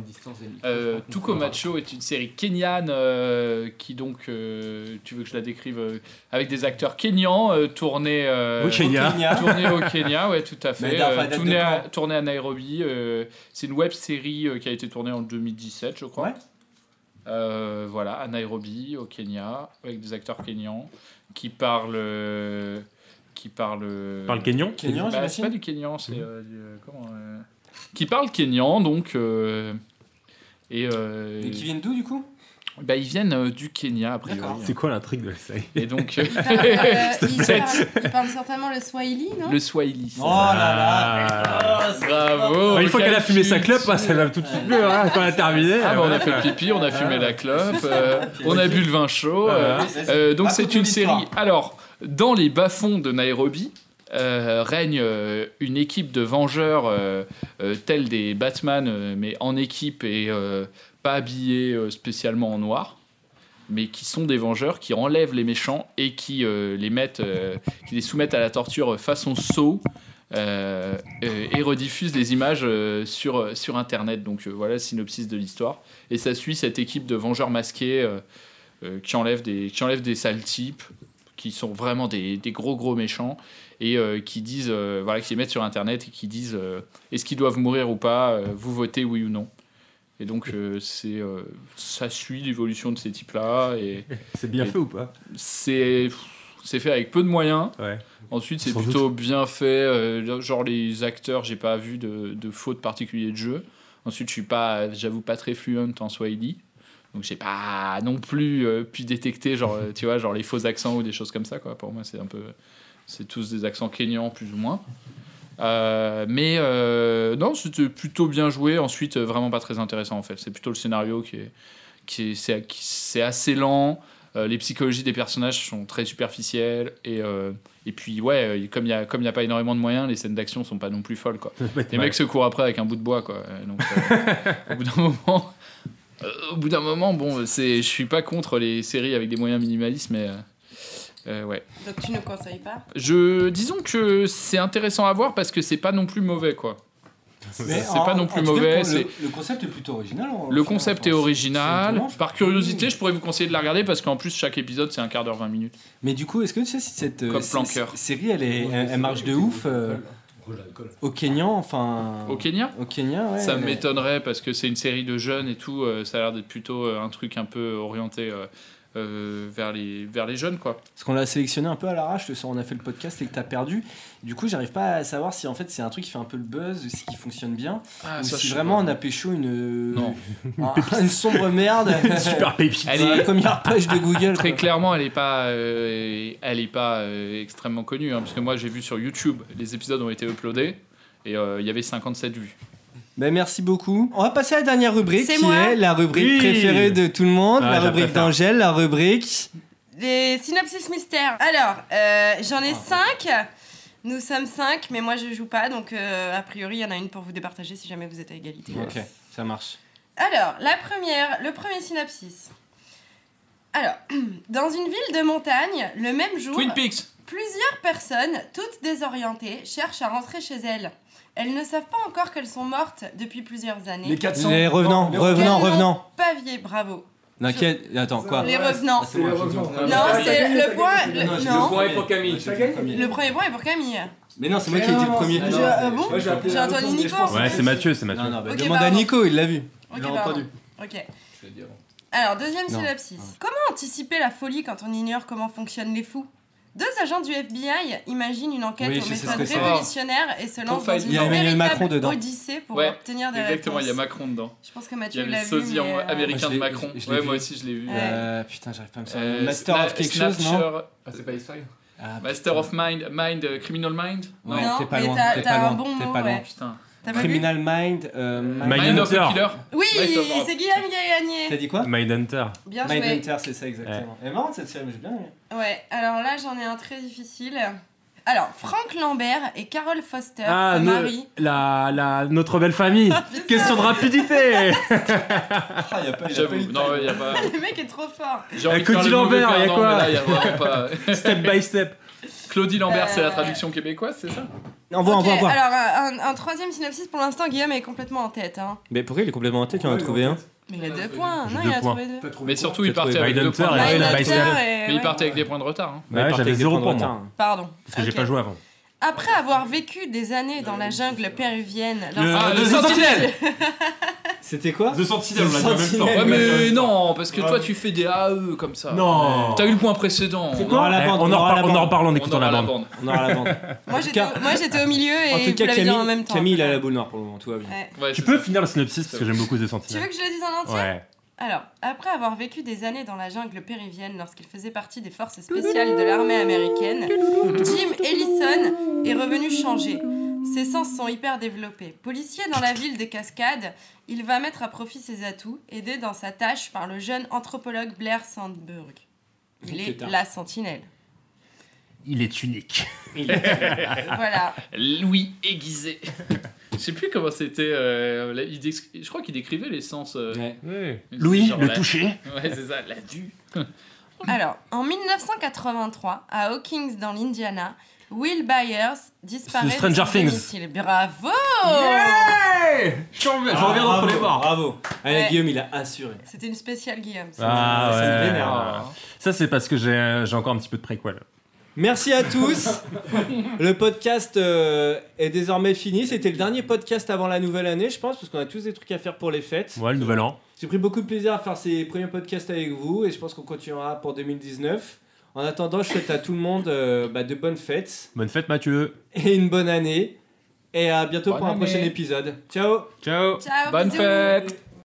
S5: Euh, Tuko Macho est une série kenyane euh, qui donc, euh, tu veux que je la décrive, euh, avec des acteurs kenyans euh, tournés euh,
S3: Au Kenya.
S5: tournés au Kenya, ouais tout à
S3: Mais
S5: fait,
S3: d'un-
S5: euh,
S3: enfin, date de
S5: tournés, à,
S3: quand
S5: tournés à Nairobi. euh, c'est une web série euh, qui a été tournée en 2017, je crois. Euh, voilà, à Nairobi, au Kenya, avec des acteurs kenyans qui parlent. euh, qui parlent. euh,
S3: Parlent kenyan Mhm. Kenyan,
S5: bah, C'est
S3: j'imagine.
S5: pas du kenyan, c'est. euh, du- euh, comment euh, Qui parlent kenyan, donc. euh, et, euh,
S1: Et qui viennent d'où du coup
S5: bah, ils viennent euh, du Kenya, a priori.
S3: C'est quoi l'intrigue de la série
S5: Et donc.
S4: Il parle, euh, il parle- il parle certainement le Swahili, non
S5: Le Swahili.
S1: Ah.
S3: Oh là là
S5: Bravo
S3: Une fois Ah, qu'elle a fumé sa
S5: Calcul.
S3: clope, hein, ça va tout de suite mieux. hein, quand elle a terminé.
S5: Ah, bah, on a
S3: voilà,
S5: fait
S3: quoi.
S5: pipi, on a fumé
S3: Ah.
S5: la clope, euh,
S3: Puis
S5: on a
S3: vas-y.
S5: bu le vin chaud.
S3: Voilà.
S5: euh,
S3: Vas-y.
S5: euh, donc c'est
S3: Raconte-nous
S5: une
S3: l'histoire.
S5: série. Alors, dans les bas-fonds de Nairobi. euh, règne euh, une équipe de vengeurs euh, euh, tels des Batman, euh, mais en équipe et euh, pas habillés euh, spécialement en noir, mais qui sont des vengeurs qui enlèvent les méchants et qui euh, les mettent, euh, qui les soumettent à la torture façon saut euh, et rediffusent les images euh, sur, euh, sur Internet. Donc euh, voilà le synopsis de l'histoire. Et ça suit cette équipe de vengeurs masqués euh, euh, qui, enlèvent des, qui enlèvent des sales types, qui sont vraiment des, des gros gros méchants, et euh, qui disent, euh, voilà, qui les mettent sur Internet et qui disent euh, est-ce qu'ils doivent mourir ou pas, euh, vous votez oui ou non. Et donc euh, c'est, euh, ça suit l'évolution de ces types-là. Et,
S3: C'est bien
S5: et
S3: fait ou pas
S5: c'est c'est fait avec peu de moyens. Ensuite, c'est
S3: Sans
S5: plutôt bien fait. euh, genre les acteurs, j'ai pas vu de, de faute particulière de jeu. Ensuite, je suis pas, j'avoue pas très fluent en Swahili, donc j'ai pas non plus euh, pu détecter genre, euh, tu vois, genre les faux accents ou des choses comme ça quoi. Pour moi, c'est un peu, c'est tous des accents kényans plus ou moins. Euh, mais euh, non, c'était plutôt bien joué. Ensuite, euh, vraiment pas très intéressant en fait. C'est plutôt le scénario qui est, qui est- c'est, qui- c'est assez lent. Euh, les psychologies des personnages sont très superficielles et euh, et puis ouais, euh, comme il y a comme il y a pas énormément de moyens, les scènes d'action sont pas non plus folles quoi. les
S3: ouais.
S5: mecs se courent après avec un bout de bois quoi. Euh, Donc euh, au bout d'un moment. euh, au bout d'un moment, bon, c'est, je suis pas contre les séries avec des moyens minimalistes, mais euh, euh, ouais.
S4: Donc tu ne conseilles pas
S5: Je disons que c'est intéressant à voir parce que c'est pas non plus mauvais quoi.
S1: Mais
S5: C'est
S1: en-
S5: pas non
S1: en
S5: plus
S1: tout cas,
S5: mauvais.
S1: pour
S5: c'est-
S1: Le, le concept est plutôt original. en-
S5: Le
S1: en-
S5: concept
S1: en-
S5: est
S1: c'est
S5: original.
S1: étonnant, je
S5: Par curiosité, je pourrais vous conseiller de la regarder parce qu'en plus chaque épisode c'est un quart d'heure, 20 minutes.
S1: Mais du coup, est-ce que tu sais si cette euh,
S5: Comme
S1: sé-
S5: Planqueur.
S1: sé- série, elle, est, elle, elle marche de ouf euh, au Kenya,
S3: Ah.
S1: enfin.
S5: Au Kenya
S1: Au Kenya, ouais.
S5: ça
S1: elle-
S5: m'étonnerait parce que c'est une série de jeunes et tout. euh, ça a l'air d'être plutôt euh, un truc un peu orienté euh, euh, vers les vers les jeunes quoi.
S1: Parce qu'on l'a sélectionné un peu à l'arrache le soir où on a fait le podcast et que t'as perdu. Du coup, j'arrive pas à savoir si en fait c'est un truc qui fait un peu le buzz, si qui fonctionne bien,
S5: Ah,
S1: ou
S5: ça,
S1: si
S5: je sais
S1: vraiment
S5: pas.
S1: on a pécho une,
S5: Non.
S1: Ah, une, sombre merde.
S5: Elle
S1: Sur
S5: est-
S1: la première page de Google.
S5: Très clairement, elle n'est pas, euh, elle est pas euh, extrêmement connue. hein, parce que moi, j'ai vu sur YouTube, les épisodes ont été uploadés et euh, il y avait 57 vues.
S1: Ben, merci beaucoup. On va passer à la dernière rubrique
S4: C'est
S1: qui
S4: moi.
S1: est la rubrique
S4: Oui.
S1: préférée de tout le monde,
S3: Ah,
S1: la
S3: je la
S1: rubrique
S3: préfère.
S1: d'Angèle, la rubrique.
S4: Des synopsis mystères. Alors, euh, j'en
S5: Ah.
S4: ai 5. Nous sommes 5, mais moi je joue pas, donc euh, a priori il y en a une pour vous départager si jamais vous êtes à égalité.
S1: Ok, ça marche.
S4: Alors, la première, le premier synopsis. Alors, dans une ville de montagne, le même jour,
S5: Twin Peaks
S4: plusieurs personnes, toutes désorientées, cherchent à rentrer chez elles. Elles ne savent pas encore qu'elles sont mortes depuis plusieurs années.
S1: Les revenants,
S4: Elles
S1: revenants,
S4: n'ont
S1: revenants.
S4: Pas vieilli, bravo.
S1: Non, quel- Attends, quoi
S4: Les revenants.
S1: Ah, c'est moi,
S4: Les
S1: je me
S4: revenants.
S1: trompe.
S4: Non, c'est le
S5: Ah,
S4: point.
S1: Non, j'ai-
S4: non.
S1: Le point est pour Camille. j'ai dit le premier.
S4: Le premier point est pour Camille.
S1: Mais non, c'est moi qui ai dit le premier.
S4: Je- euh, bon
S1: Moi, j'ai appelé
S4: J'ai entendu
S1: Antoine, je
S4: Nico.
S1: pense.
S3: Ouais, c'est Mathieu, c'est Mathieu.
S1: Non, non, bah,
S4: Ok,
S1: demande à
S4: pardon.
S1: Nico, il l'a vu.
S4: Ok, pardon. Ok. Alors, deuxième
S1: Non. Ah.
S4: synopsis. Comment anticiper la folie quand on ignore comment fonctionnent les fous Deux agents du FBI imaginent une enquête
S1: Oui,
S4: aux
S1: je sais ce
S4: méthodes
S1: que c'est.
S4: révolutionnaires et se lancent dans
S5: Profiling.
S4: une
S5: Il y a Emmanuel
S4: véritable
S5: Macron dedans.
S4: odyssée pour
S5: Ouais,
S4: obtenir des
S5: Exactement, il y a
S4: réponses.
S5: Macron dedans.
S4: Je pense que Mathieu
S5: Il y
S4: l'a
S5: a le
S4: vu,
S5: sosie
S4: mais,
S5: en-
S4: euh,
S5: américain
S1: Moi, je
S5: de
S1: l'ai-
S5: Macron.
S1: je l'ai
S5: Ouais,
S1: vu.
S5: moi aussi je l'ai vu.
S1: Euh, putain, j'arrive pas à me souvenir.
S5: Euh,
S1: Master
S5: Sna-
S1: of quelque chose, non
S5: Snatcher- Ah, c'est pas X-Files
S1: Ah,
S5: Master of Mind, Mind, euh, Criminal Mind Oh,
S1: Ouais, Non, t'es pas mais loin,
S4: t'as-
S1: t'es
S4: t'as
S1: pas
S4: un
S1: loin,
S4: bon
S1: t'es
S4: mot,
S1: pas loin.
S4: ouais.
S5: Putain.
S4: T'as pas vu
S1: Criminal Mind. euh,
S3: Mind of the Killer.
S4: Oui,
S1: Mind of-
S4: c'est Guillaume qui a gagné.
S1: T'as dit quoi
S3: Mindhunter.
S4: Bien joué.
S1: Mindhunter, c'est ça exactement. Elle est marrante cette série, mais j'ai bien aimé.
S4: Ouais, alors là, j'en ai un très difficile. Alors, Franck Lambert et Carol Foster se
S3: no-
S4: marient.
S3: Ah, la, la, notre belle famille. Question de rapidité.
S5: J'avoue, non, il y a pas.
S4: Le mec est trop fort.
S5: J'ai envie de faire
S3: Cody
S5: le mauvais
S3: Euh, Lambert,
S5: père,
S3: il y a
S5: non,
S3: quoi
S5: mais là, il y a vraiment pas.
S3: Step by step.
S5: Claudie Lambert, c'est la
S4: Euh,
S5: traduction québécoise, c'est ça
S1: Envoie,
S4: Ok,
S1: envoie, envoie.
S4: alors un, un troisième synopsis pour l'instant, Guillaume est complètement en tête. Hein.
S1: Mais pourquoi il est complètement en tête Il en a trouvé un.
S4: Mais il a deux points. Non,
S1: deux
S4: il a
S1: points.
S4: trouvé deux.
S5: Mais surtout, il
S1: T'as trouvé
S5: partait avec deux
S1: Mindhunter
S5: points de
S1: et
S5: retard.
S1: Mindhunter
S4: et- ouais,
S5: Mais il partait
S4: ouais.
S5: avec des points de retard. hein.
S1: Ouais, j'avais zéro pour moi.
S4: Pardon.
S3: Parce que j'ai
S4: Ok.
S3: pas joué avant.
S4: Après avoir vécu des années dans la jungle péruvienne,
S3: Le- Ah, le
S5: Sentinelle
S1: C'était quoi
S3: The Sentinel,
S5: on l'a dit en même
S3: temps.
S5: Ouais, mais euh, non, parce que
S3: Ouais.
S5: toi, tu fais des AE comme ça.
S3: Non.
S5: T'as eu le point précédent.
S1: C'est quoi On aura la
S5: Eh,
S1: bande,
S3: on, en reparle, on en reparle en
S5: On
S3: écoutant la
S5: aura la
S3: bande.
S5: bande.
S1: On aura la bande.
S4: Moi, j'étais
S1: En tout
S4: au- moi j'étais au milieu
S1: En
S4: et
S1: tout
S4: vous
S1: cas,
S4: l'avez dit en
S1: Camille,
S4: même temps.
S1: Camille, il a la boule noire pour le moment, tout va bien.
S4: Ouais.
S5: Ouais,
S3: Tu
S5: c'est
S3: peux
S5: ça.
S3: finir le synopsis parce que j'aime beaucoup The
S4: Tu veux
S3: Sentinel.
S4: que je le dise en entier
S3: Ouais.
S4: Alors, après avoir vécu des années dans la jungle péruvienne lorsqu'il faisait partie des forces spéciales de l'armée américaine, Jim Ellison est revenu changé. Ses sens sont hyper développés. Policier dans la ville des Cascades, il va mettre à profit ses atouts, aidé dans sa tâche par le jeune anthropologue Blair Sandberg. Il
S1: Ok,
S4: est
S1: tard.
S4: la sentinelle.
S3: Il est unique.
S4: Voilà.
S5: Louis aiguisé. Je sais plus comment c'était. euh, là, il déc- Je crois qu'il décrivait les sens. euh,
S1: Ouais.
S3: Louis,
S5: genre
S3: le
S5: la-
S3: toucher.
S5: Ouais, c'est ça, la du.
S4: Alors, en 1983, à Hawkins, dans l'Indiana, Will Byers disparaît.
S3: C'est Stranger
S4: de son
S3: Things.
S4: domicile. Bravo
S3: Je reviens
S1: Ah, bravo, Bravo. Allez,
S4: Ouais.
S1: Guillaume, il a assuré.
S4: C'était une spéciale Guillaume. ça.
S3: Ah
S1: Ça, ça me
S3: ouais.
S1: vénère.
S3: Ça, c'est parce que j'ai euh, j'ai encore un petit peu de préquel.
S1: Merci à tous. le podcast euh, est désormais fini. C'était le dernier podcast avant la nouvelle année, je pense, parce qu'on a tous des trucs à faire pour les fêtes.
S3: Ouais, le nouvel an.
S1: J'ai pris beaucoup de plaisir à faire ces premiers podcasts avec vous et je pense qu'on continuera pour 2019. En attendant, je souhaite à tout le monde euh, bah, de bonnes fêtes
S3: Bonne fête, Mathieu.
S1: et une bonne année. Et à bientôt
S5: Bonne
S1: pour un
S5: année.
S1: prochain épisode. Ciao
S3: Ciao.
S4: Ciao,
S5: Bonne
S4: bisous.
S5: fête